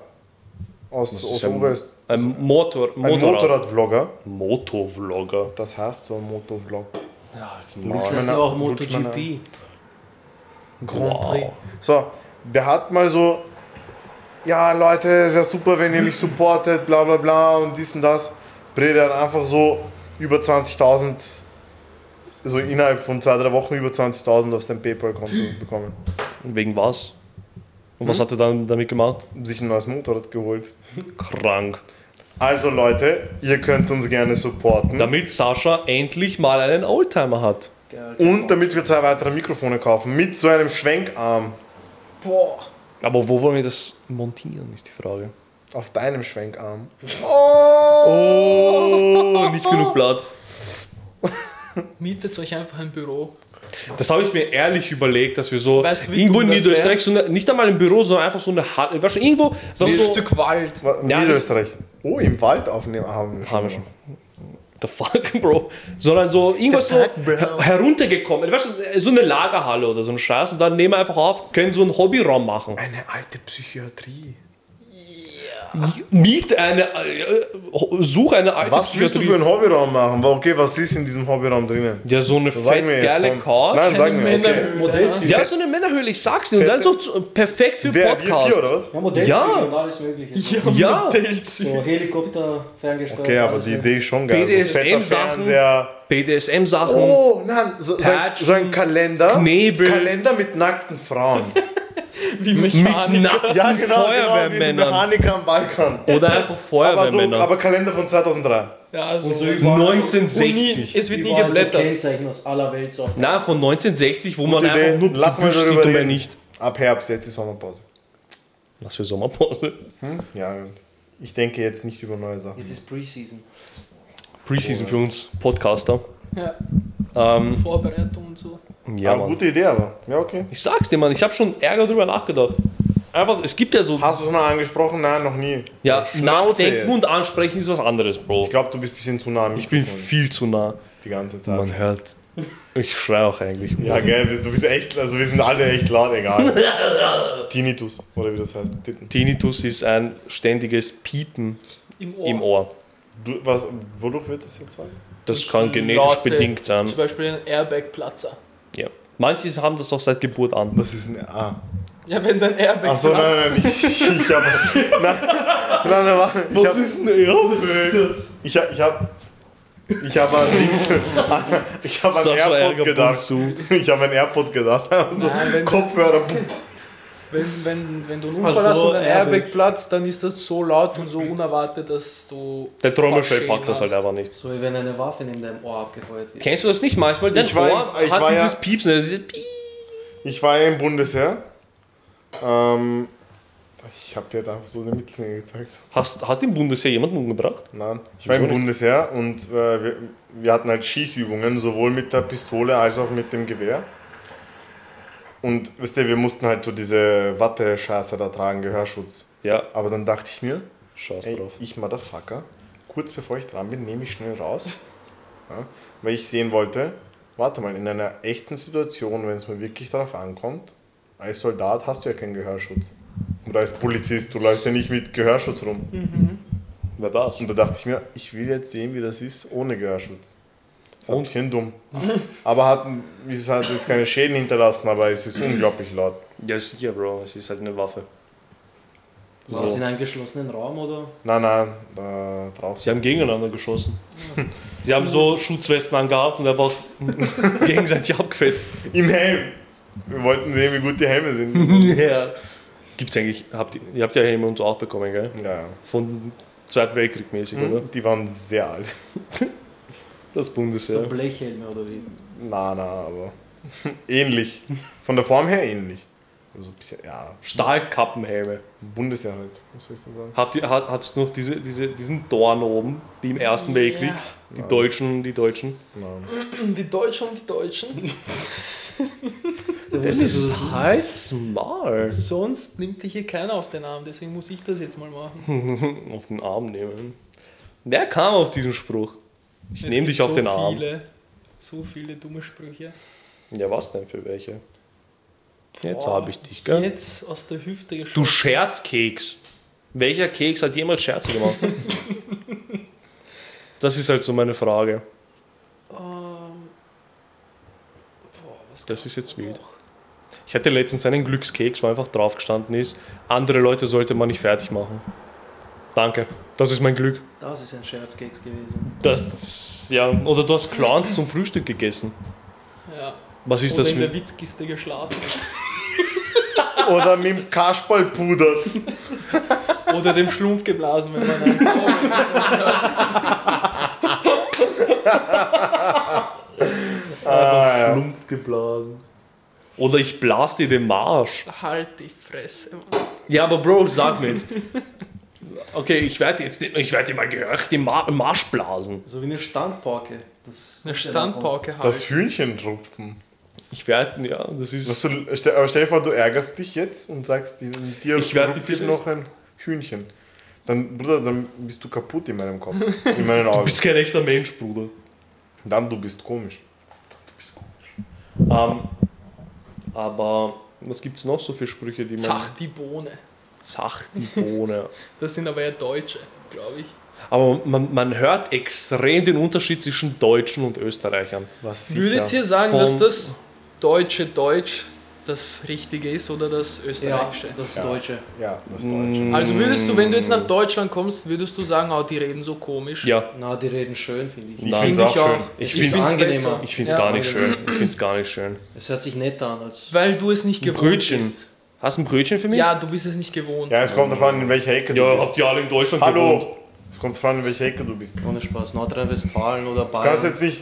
aus, aus ein- Oberösterreich. Ein Motor, Ein Motorrad. Motorradvlogger. Motovlogger. Das heißt so ein Motovlog. Ja, jetzt Das Lutsch mal heißt ja auch nach- lutsch mal MotoGP. Grand Prix. So, der hat mal so, ja Leute, es wäre super, wenn ihr mich supportet, bla bla bla und dies und das. Bre, der hat einfach so über 20.000, so innerhalb von zwei, drei Wochen über 20.000 auf sein Paypal-Konto bekommen. Wegen was? Hm? Und was hat er dann damit gemacht? Sich ein neues Motorrad geholt. Krank. Also Leute, ihr könnt uns gerne supporten. Damit Sascha endlich mal einen Oldtimer hat. und damit wir zwei weitere Mikrofone kaufen. Mit so einem Schwenkarm. Boah. Aber wo wollen wir das montieren, ist die Frage. Auf deinem Schwenkarm. Oh, nicht genug Platz. Mietet euch einfach ein Büro. Das habe ich mir ehrlich überlegt, dass wir so Weißt du, wie irgendwo dumm in das wär? Niederösterreich, so eine, nicht einmal im Büro, sondern einfach so eine Halle, weißt du, irgendwo, so, ein so Stück Wald. Wa- Ja, Niederösterreich. Oh, im Wald aufnehmen haben wir schon. Haben wir schon. the fuck, Bro, sondern so irgendwas so her heruntergekommen, weißt du, äh, so eine Lagerhalle oder so ein Scheiß und dann nehmen wir einfach auf, können so einen Hobbyraum machen. Eine alte Psychiatrie. Miet eine, äh, such eine alte Was willst du für einen Hobbyraum machen? Wa- Okay, was ist in diesem Hobbyraum drinnen? Ja, so eine Sag fett mir jetzt, geile komm. Couch. Nein, sag mir, okay. Männerhöhle, ja. Ja, so eine Männerhöhle, ich sag's dir. Und dann so zu, perfekt für Wer, wir vier oder Podcast. was? Ja, Modellzüge Ja. und alles mögliche. Ja. Hotelzimmer. So Helikopter ferngesteuert. Okay, aber alles die mögliche. Idee ist schon geil. BDSM-Sachen. So ein fetter Fernseher. BDSM-Sachen. Oh, nein, so, so, ein, so ein Kalender. Knebel. Kalender mit nackten Frauen. Wie Mechaniker. Ja, genau, genau wie die Ah, Feuerwehrmännern. Mechaniker am Balkan. Oder einfach Aber, so, Feuerwehrmänner. aber Kalender von 2003. Ja, also Und so und überall- also 1960. nie, es wird nie überall so geblättert. Kennzeichen aus aller Welt. So. Na, von 1960, wo man Gute Idee. einfach nur Lass mal gebüscht darüber sieht und mehr reden. nicht. Ab Herbst, jetzt ist Sommerpause. Was für Sommerpause. Ja, gut. ich denke jetzt nicht über neue Sachen. Jetzt ist Preseason. Preseason für uns Podcaster. Ja, Ähm, Vorbereitung und so. ja, aber Mann. gute Idee, aber. Ja, okay. Ich sag's dir, Mann, ich habe schon Ärger drüber nachgedacht. Einfach, es gibt ja so. Hast du es mal angesprochen? Nein, noch nie. Ja, nachdenken jetzt. und ansprechen ist was anderes, Bro. Ich glaube, du bist ein bisschen zu nah am Ich bin Mikrofon viel zu nah. die ganze Zeit. Man hört. Ich schreie auch eigentlich. Ja, gell, du bist echt, also wir sind alle echt laut, egal. Tinnitus, oder wie das heißt. Titten. Tinnitus ist ein ständiges Piepen Im Ohr. im Ohr. Du, was, wodurch wird das jetzt sein? Das kann genetisch Laute, bedingt sein. Zum Beispiel ein Airbag-Platzer. Ja. Manche haben das auch seit Geburt an. Was ist ein A? Ja, wenn dein Airbag Achso, platzt. nein, nein, ich, ich hab. Nein, nein, nein, warte. Ich hab, ist denn Airbag? Ich hab. Ich hab, ich hab an Dings. Ich hab an Sascha AirPod Ärger gedacht. zu. Ich hab an AirPod gedacht. Also Nein, wenn- Kopfhörer. Wenn, wenn, wenn du einen Ach Unfall so, hast und ein Airbag Airbags. platzt, dann ist das so laut und so unerwartet, dass du. Der Trommelfell Packschäden packt das halt hast. einfach nicht. So wie wenn eine Waffe neben deinem Ohr abgefeuert wird. Kennst du das nicht manchmal? Dein Ich war- Ohr ich hat war ja- dieses Piepsen. Das ist Piep. Ich war ja im Bundesheer. Ähm, ich hab dir jetzt einfach so den Mittelfinger gezeigt. Hast, hast du im Bundesheer jemanden umgebracht? Nein. Ich war im Wieso nicht? Bundesheer und äh, wir, wir hatten halt Schießübungen, sowohl mit der Pistole als auch mit dem Gewehr. Und wisst ihr, wir mussten halt so diese Watte-Scheiße da tragen, Gehörschutz. Ja, Aber dann dachte ich mir, scheiß Ey, drauf. ich Motherfucker, kurz bevor ich dran bin, nehme ich schnell raus, ja, weil ich sehen wollte, warte mal, in einer echten Situation, wenn es mir wirklich darauf ankommt, als Soldat hast du ja keinen Gehörschutz. Oder als Polizist, du läufst ja nicht mit Gehörschutz rum. Wer war's? Und da dachte ich mir, ich will jetzt sehen, wie das ist ohne Gehörschutz. Ist ein Und? bisschen dumm. Aber hat, es hat jetzt keine Schäden hinterlassen, aber es ist unglaublich laut. Ja, sicher, Bro. Es ist halt eine Waffe. War es So. in einem geschlossenen Raum oder? Nein, nein, da draußen. Sie haben gegeneinander geschossen. Sie haben so Schutzwesten angehabt und er war gegenseitig abgefetzt. Im Helm! Wir wollten sehen, wie gut die Helme sind. ja. Gibt's eigentlich, habt ihr, ihr habt ja Helme und so auch bekommen, gell? Ja, ja. Von Zweiten Weltkrieg mäßig, oder? Die waren sehr alt. Das So Bundesheer. Blechhelme oder wie? Na, na, aber ähnlich. Von der Form her ähnlich. Also ein bisschen, ja, Stahlkappenhelme. Bundesjahr halt, was soll ich denn sagen? Habt ihr, hat, hat's noch diese, diese, diesen Dorn oben, wie im Ersten Weltkrieg? Ja. Die Deutschen, die Deutschen. Nein. Die Deutschen und die Deutschen. Das ist halt smart. Sonst nimmt dich hier keiner auf den Arm, deswegen muss ich das jetzt mal machen. Auf den Arm nehmen. Wer kam auf diesen Spruch? Ich Es nehme gibt dich auf so den Arm. Viele, so viele dumme Sprüche. Ja, was denn für welche? Jetzt Boah, habe ich dich, gell? Jetzt aus der Hüfte Du geschossen. Scherzkeks. Welcher Keks hat jemals Scherze gemacht? das ist halt so meine Frage. Ähm, boah, was Das gab's ist jetzt wild. noch? Ich hatte letztens einen Glückskeks, wo einfach draufgestanden ist, andere Leute sollte man nicht fertig machen. Danke, das ist mein Glück. Das ist ein Scherzkeks gewesen. Das, ja, oder du hast Clowns zum Frühstück gegessen. Ja. Was ist Oder das in der für... Witzkiste geschlafen. Oder mit dem Kasperl pudert. Oder dem Schlumpf geblasen, wenn man einen Auge- Ah, ja. Also Schlumpf geblasen. Oder ich blas dir den Marsch. Halt die Fresse. Mann. Ja, aber Bro, sag mir jetzt. Okay, ich werde jetzt nicht, ich werde dir mal gehörig den Mar Marsch blasen. So wie eine Standpauke. Das Eine Standpauke halt. Das Hühnchen rupfen. Ich werde, ja, das ist. Was du, stell- aber stell dir vor, du ärgerst dich jetzt und sagst ihm, dir Ich werd rupft dich nicht noch ein Hühnchen. Dann, Bruder, dann bist du kaputt in meinem Kopf, in meinen Augen. Du bist kein echter Mensch, Bruder. dann du bist komisch. Ähm, aber was gibt's noch so für Sprüche, die man. Zach die Bohne. Zach die Bohne. Das sind aber ja Deutsche, glaube ich. Aber man, man hört extrem den Unterschied zwischen Deutschen und Österreichern. Was Würdet ihr sagen, Vom- dass das deutsche Deutsch das Richtige ist oder das Ja, österreichische? das Deutsche. Ja, das Mm. Deutsche. also würdest du, wenn du jetzt nach Deutschland kommst, würdest du sagen, oh, die reden so komisch? Ja, Na, die reden schön, finde ich. Ich Nein, find's Find auch schön. ich find's find's, angenehmer. besser. ich find's Ja. gar nicht schön. Ich find's gar nicht schön. Es hört sich netter an als. Weil du es nicht gewohnt Brötchen. bist. Hast du ein Brötchen für mich? Ja, du bist es nicht gewohnt. Ja, es kommt darauf an, in welcher Ecke Ja, du habt bist. ihr alle in Deutschland gewohnt? Hallo! Es kommt darauf an, in welcher Ecke du bist. Du Ohne Spaß. Nordrhein-Westfalen oder Bayern. kannst jetzt nicht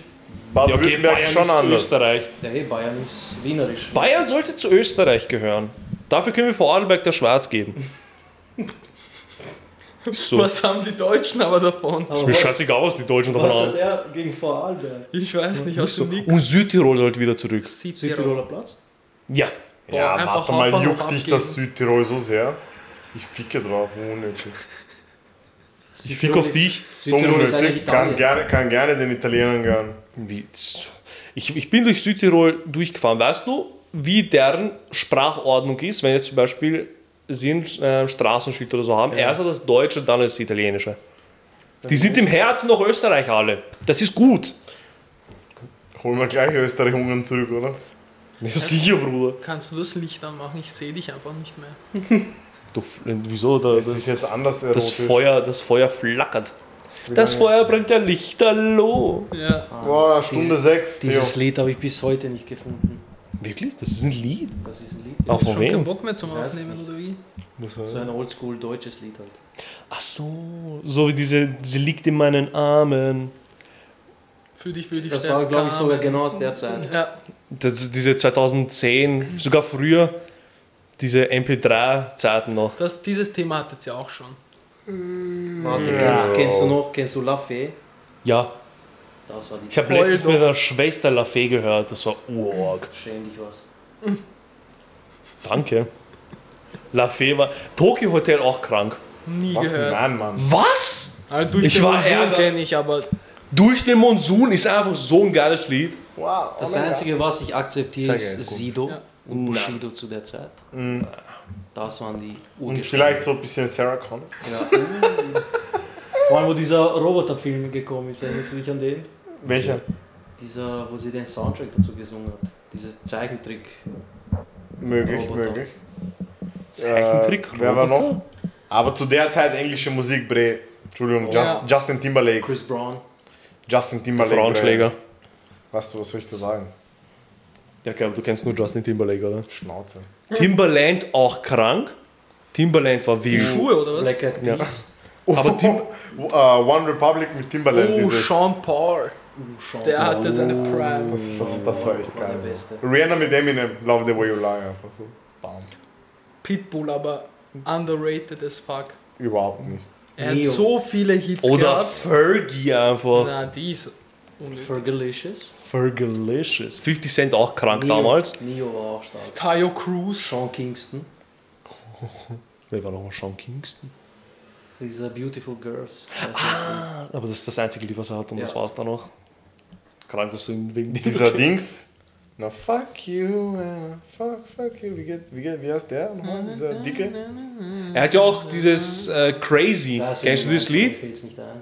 Ja, okay, Baden-Württemberg Bayern schon ist anders. Österreich. Ja, hey, Bayern ist wienerisch. Bayern sollte zu Österreich gehören. Dafür können wir Vorarlberg der Schwarz geben. So. Was haben die Deutschen aber davon? Aber Mir was- scheißegal, was die Deutschen davon Was hat haben. er gegen Vorarlberg? Ich weiß nicht, hast du nichts? Und Südtirol sollte wieder zurück. Südtirol. Südtiroler Platz? Ja. Boah, Ja, einfach warte mal, Hauptbahnhof juckt dich abgeben. das Südtirol so sehr? Ich ficke drauf, unnötig. Ich fick auf dich. So Südtirol ist eigentlich unnötig, kann Italien. gerne, kann gerne den Italienern gehören. Wie, ich, ich bin durch Südtirol durchgefahren. Weißt du, wie deren Sprachordnung ist, wenn jetzt zum Beispiel sie ein äh, Straßenschild oder so haben? Erst das Deutsche, dann das Italienische. Die sind im Herzen noch Österreich alle. Das ist gut. Holen wir gleich Österreich-Ungarn zurück, oder? Ja, sicher, Bruder. Kannst du das Licht anmachen? Ich sehe dich einfach nicht mehr. Du, F- äh, wieso? Da, Das das, ist jetzt anders das, erotisch. Feuer, das Feuer flackert. Das lange- Feuer brennt der Lichterloh. Ja. Boah, Stunde Dieses- 6, Theo. Dieses Lied habe ich bis heute nicht gefunden. Wirklich? Das ist ein Lied. Das ist ein Lied. Auch von Schon keinen wem? Bock mehr zum Ich weiß es Aufnehmen oder wie? So ein oldschool deutsches Lied halt. Ach so. So wie diese, sie liegt in meinen Armen. Für dich würde ich Das sterben. war, glaube ich, sogar Carmen. genau aus der Zeit. Ja, Das ist diese 2010, sogar früher, diese MP3-Zeiten noch. das, dieses Thema hattet ihr auch schon. Warte, kennst, kennst du noch, kennst du La Fee? Ja, Das war die ich habe Heul letztens doch. mit einer Schwester La Fee gehört. Das war urorg. Schäm dich was. Danke. La Fee war. Tokyo Hotel auch krank. Nie Was? gehört. Nein, Mann. Was? Also durch Ich den war Monsun ärger- kenne ich, aber Durch den Monsun ist einfach so ein geiles Lied. Wow, Das oh mein Einzige, was ich Sag akzeptiere, ja, ist ist gut. Sido Ja. und Bushido zu der Zeit. Das waren die Gott. Und Urgesteine. vielleicht so ein bisschen Sarah Connor. Ja. Vor allem, wo dieser Roboterfilm gekommen ist, erinnerst du dich an den? Welcher? Dieser, wo sie den Soundtrack dazu gesungen hat. Dieses Zeichentrick. Möglich, Roboter. möglich. Zeichentrick. Äh, wer war Roboter? noch? Aber zu der Zeit englische Musik, Bre. Entschuldigung, Just, Ja. Justin Timberlake. Chris Brown. Justin Der Timberlake. Frauenschläger. Bre. Was, du, was soll ich dir sagen? Ja, klar, aber du kennst nur Justin Timberlake, oder? Schnauze. Timberland auch krank. Timberland war die wild. Schuhe oder was? Black Eyed Ja. Peas. Aber Tim Oh, äh, One Republic mit Timberlake. Oh, dieses- Sean Paul. Uh, Sean Der Paul. hatte seine Prime. Das, das, das war echt War der geil. Beste. Rihanna mit Eminem, Love the Way You Lie. Einfach so. Bam. Pitbull, aber underrated as fuck. Überhaupt nicht. Er Neo. hat so viele Hits oder gehabt. Fergie einfach. Na, die ist unnötig. Fergalicious. Fergalicious. 50 Cent auch krank Neo- damals. Neo war auch stark. Tayo Cruz. Sean Kingston. Wer war nochmal Sean Kingston? Dieser Beautiful Girls. Ah. Aber das ist das einzige Lied, was er hat und Ja. das war's dann auch. Krank, dass du ihn wegen Dieser Dings. Na fuck you, man. Fuck, fuck you. Wie, geht, wie, geht, wie heißt der nochmal? Dieser dicke? Er hat ja auch dieses äh, Crazy. Kennst du das Mir Lied? fällt's nicht ein.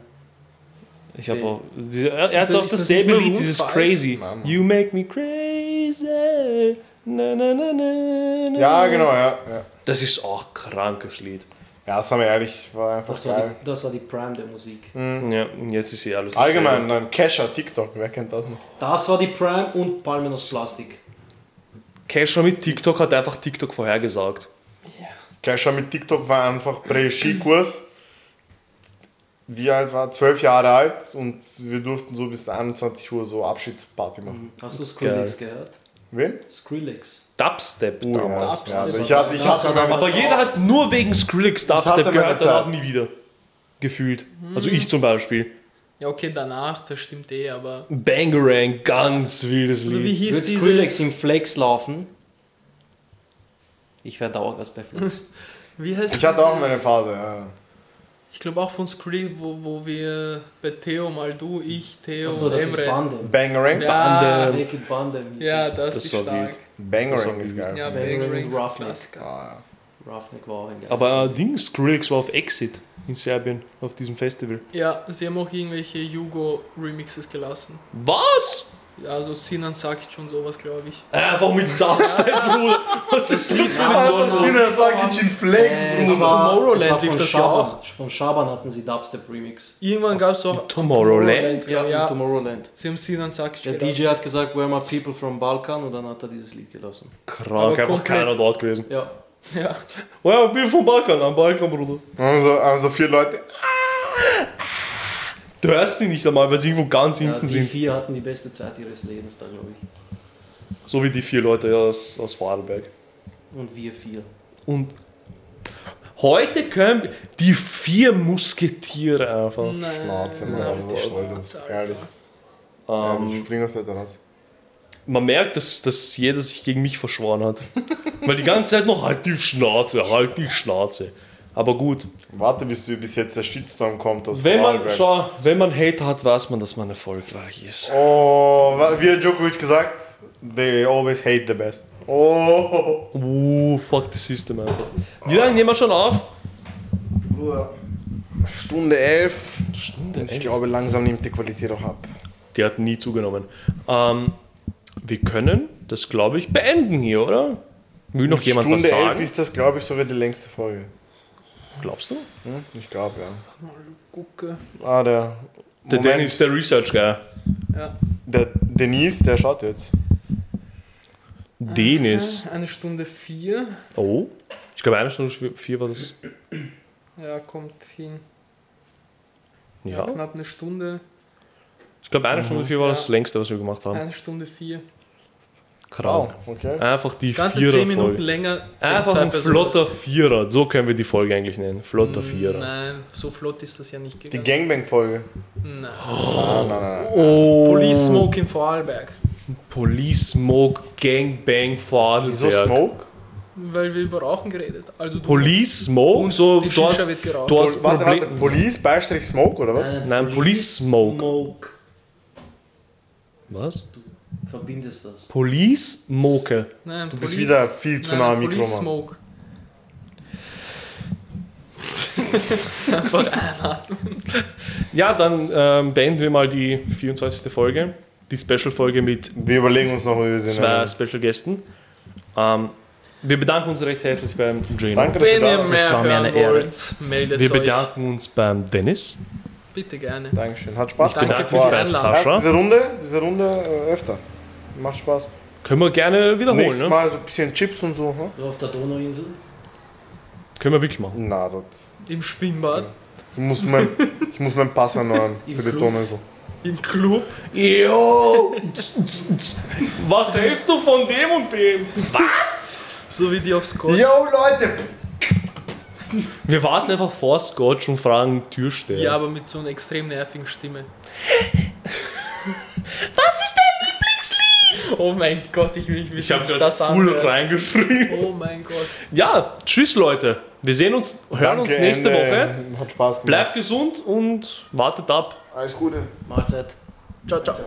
Ich habe Nee. auch. Diese, er, er hat Ist das auch nicht dasselbe Maroon Lied, dieses five? Crazy. Mann. You make me crazy. Na, na, na, na, na. Ja, genau, ja. Ja, Das ist auch krankes Lied. ja sagen wir ehrlich, war einfach Das war, geil. Hm. die, das war die Prime der Musik. Ja, und jetzt ist sie alles. Allgemein, nein, Kesha, TikTok, wer kennt das noch? Das war die Prime und Palmen aus Plastik. Kesha mit TikTok hat einfach TikTok vorhergesagt. Gleich schon mit TikTok war einfach Prä-Skikurs. Wie alt war? 12 halt Jahre alt und wir durften so bis 21 Uhr so Abschiedsparty machen. Hast du Skrillex gehört? Wen? Skrillex. Dubstep Oh, ja. damals. ja also ich hatte, ich hatte damit, Aber jeder hat nur wegen Skrillex hatte Dubstep meine gehört, danach Zeit. nie wieder. Gefühlt. Also ich zum Beispiel. Ja, okay, danach, das stimmt eh, aber. Bangarang, ganz wildes Also Oder wie Lied. hieß Wird Skrillex dieses. im Flex laufen? Ich wäre Dauergast bei Flex. Wie heißt ich hatte auch dieses- meine Phase. Ja. Ich glaube auch von Skrillex, wo, wo wir bei Theo mal du, ich, Theo Achso, und das ist Ah, ähm, Emre. Bande. Bangerang? Ja, Bande. Naked Bande. wie ja, sie- das, Das ist war stark. Bangerang ist geil. Ja, Bang Bang Bang Rings, Roughnecks. Klassiker. Ah, Roughneck war auch ein Geil. Aber äh, Dings, Skrillex war auf Exit in Serbien, auf diesem Festival. Ja, sie haben auch irgendwelche Jugo-Remixes gelassen. Was? Ja, also Sinan Sakic und sowas, glaube ich. Einfach mit Dubstep, Bruder. Was ist das für ein Alter, Donner? Sina Sakic in Äh, Flex, es Und Bruder. war- Tomorrowland es war lief von das ja Schaban. auch. Von Schaban hatten sie Dubstep Remix. Irgendwann gab es auch. Ja, Tomorrowland? Genau. in ja. Tomorrowland. Sie haben Sinan Sakic Der gelassen. DJ hat gesagt, where are my people from Balkan und dann hat er dieses Lied gelassen. Krank, einfach komplett- keiner dort gewesen. Ja. Ja. Well, ich bin vom Balkan, am Balkan, Bruder. Also, also vier Leute. Du hörst sie nicht einmal, weil sie irgendwo ganz ja hinten die sind. vier hatten die beste Zeit ihres Lebens da, glaube ich. So wie die vier Leute ja, aus, aus Vorarlberg. Und wir vier. Und heute können wir- die vier Musketiere einfach. Nein. Schnauze, Mann, Nein, aber das Schnauze, wollte uns, Alter. ehrlich. Ähm, Ich spring aus der raus. man merkt, dass, dass jeder sich gegen mich verschworen hat. Weil die ganze Zeit noch halt die Schnauze, halt die Schnauze. Aber gut, Warte, bis, du, bis jetzt der Shitstorm kommt aus wenn man, Vorarlberg. schau, wenn man Hate hat, weiß man, dass man erfolgreich ist. Oh, wa- wie hat Djokovic gesagt? They always hate the best. Oh. Uh, fuck the system einfach. Wie lange nehmen wir schon auf? Bruder. Stunde elf. Stunde, Und ich glaube, langsam nimmt die Qualität auch ab. Die hat nie zugenommen. Ähm, wir können das, glaube ich, beenden hier, oder? Will noch jemand Stunde was sagen? ist das, glaube ich, sogar die längste Folge. Glaubst du? Hm? Ich glaube, ja. Gucke. Ah, der. Der Moment. Dennis, der Research Guy. Ah, Ja. Der Denise, der schaut jetzt. Dennis. Eine Stunde vier. Oh. Ich glaube, eine Stunde vier war das. Ja, kommt hin. Ja. Knapp eine Stunde. Ich glaube, eine Stunde vier war das Ja. längste, was wir gemacht haben. Eine Stunde vier. Krank. okay. Einfach die Ganze zehn Minuten Vierer-Folge. länger. Einfach Zwei ein Personen. flotter Vierer. So können wir die Folge eigentlich nennen. Flotter Vierer. Mm, Nein, so flott ist das ja nicht Die gegangen. Gangbang-Folge. Nein. Ah, nein, nein, nein. Oh. Police Smoke in Vorarlberg. Police Smoke, Gangbang, Wieso Vorarlberg. Smoke? Weil wir über Rauchen geredet. Also du Police Smoke, Und so die du Shisha hast, wird geraucht. du hast warte, warte. Problem. Police, Beistrich, Smoke oder was? Nein, Police Smoke. Äh, Smoke. Was? Verbindest das. Police Moke. Nein, Du bist wieder viel zu nah am Mikro, Police Mann. Smoke. Einfach einatmen. Ja, dann ähm, beenden wir mal die 24. Folge. Die Special-Folge mit Wir überlegen uns noch, wie wir sind. zwei Special-Gästen. Ähm, wir bedanken uns recht herzlich beim Gino. Danke, dass Wenn du da ihr bist. mehr war mir eine hören Ehre. wollt, meldet Wir euch. bedanken uns beim Dennis. Bitte gerne. Dankeschön. Hat Spaß Ich bedanke gemacht. für die Boah. Einladung. Erst Sascha. diese Runde, diese Runde äh, öfter. Macht Spaß. Können wir gerne wiederholen, Nächstes ne? Mal so ein bisschen Chips und so. Hm? So auf der Donauinsel. Können wir wirklich machen. Na, dort. Im Schwimmbad, Ich muss, mein, ich muss meinen Pass erneuern Im für die Club. Donauinsel. im Club. Jo! Was hältst du von dem und dem? Was? So wie die auf Scott. Yo, Leute! Wir warten einfach vor Scotch und fragen Türsteher. Ja, aber mit so einer extrem nervigen Stimme. Was ist dein Lieblingslied? Oh mein Gott, ich will nicht wissen, Ich habe was gerade full anhört. reingeschrieben. Oh mein Gott. Ja, tschüss Leute. Wir sehen uns, hören uns Danke, nächste Ende. Woche. Hat Spaß gemacht. Bleibt gesund und wartet ab. Alles Gute. Mahlzeit. Ciao, ciao.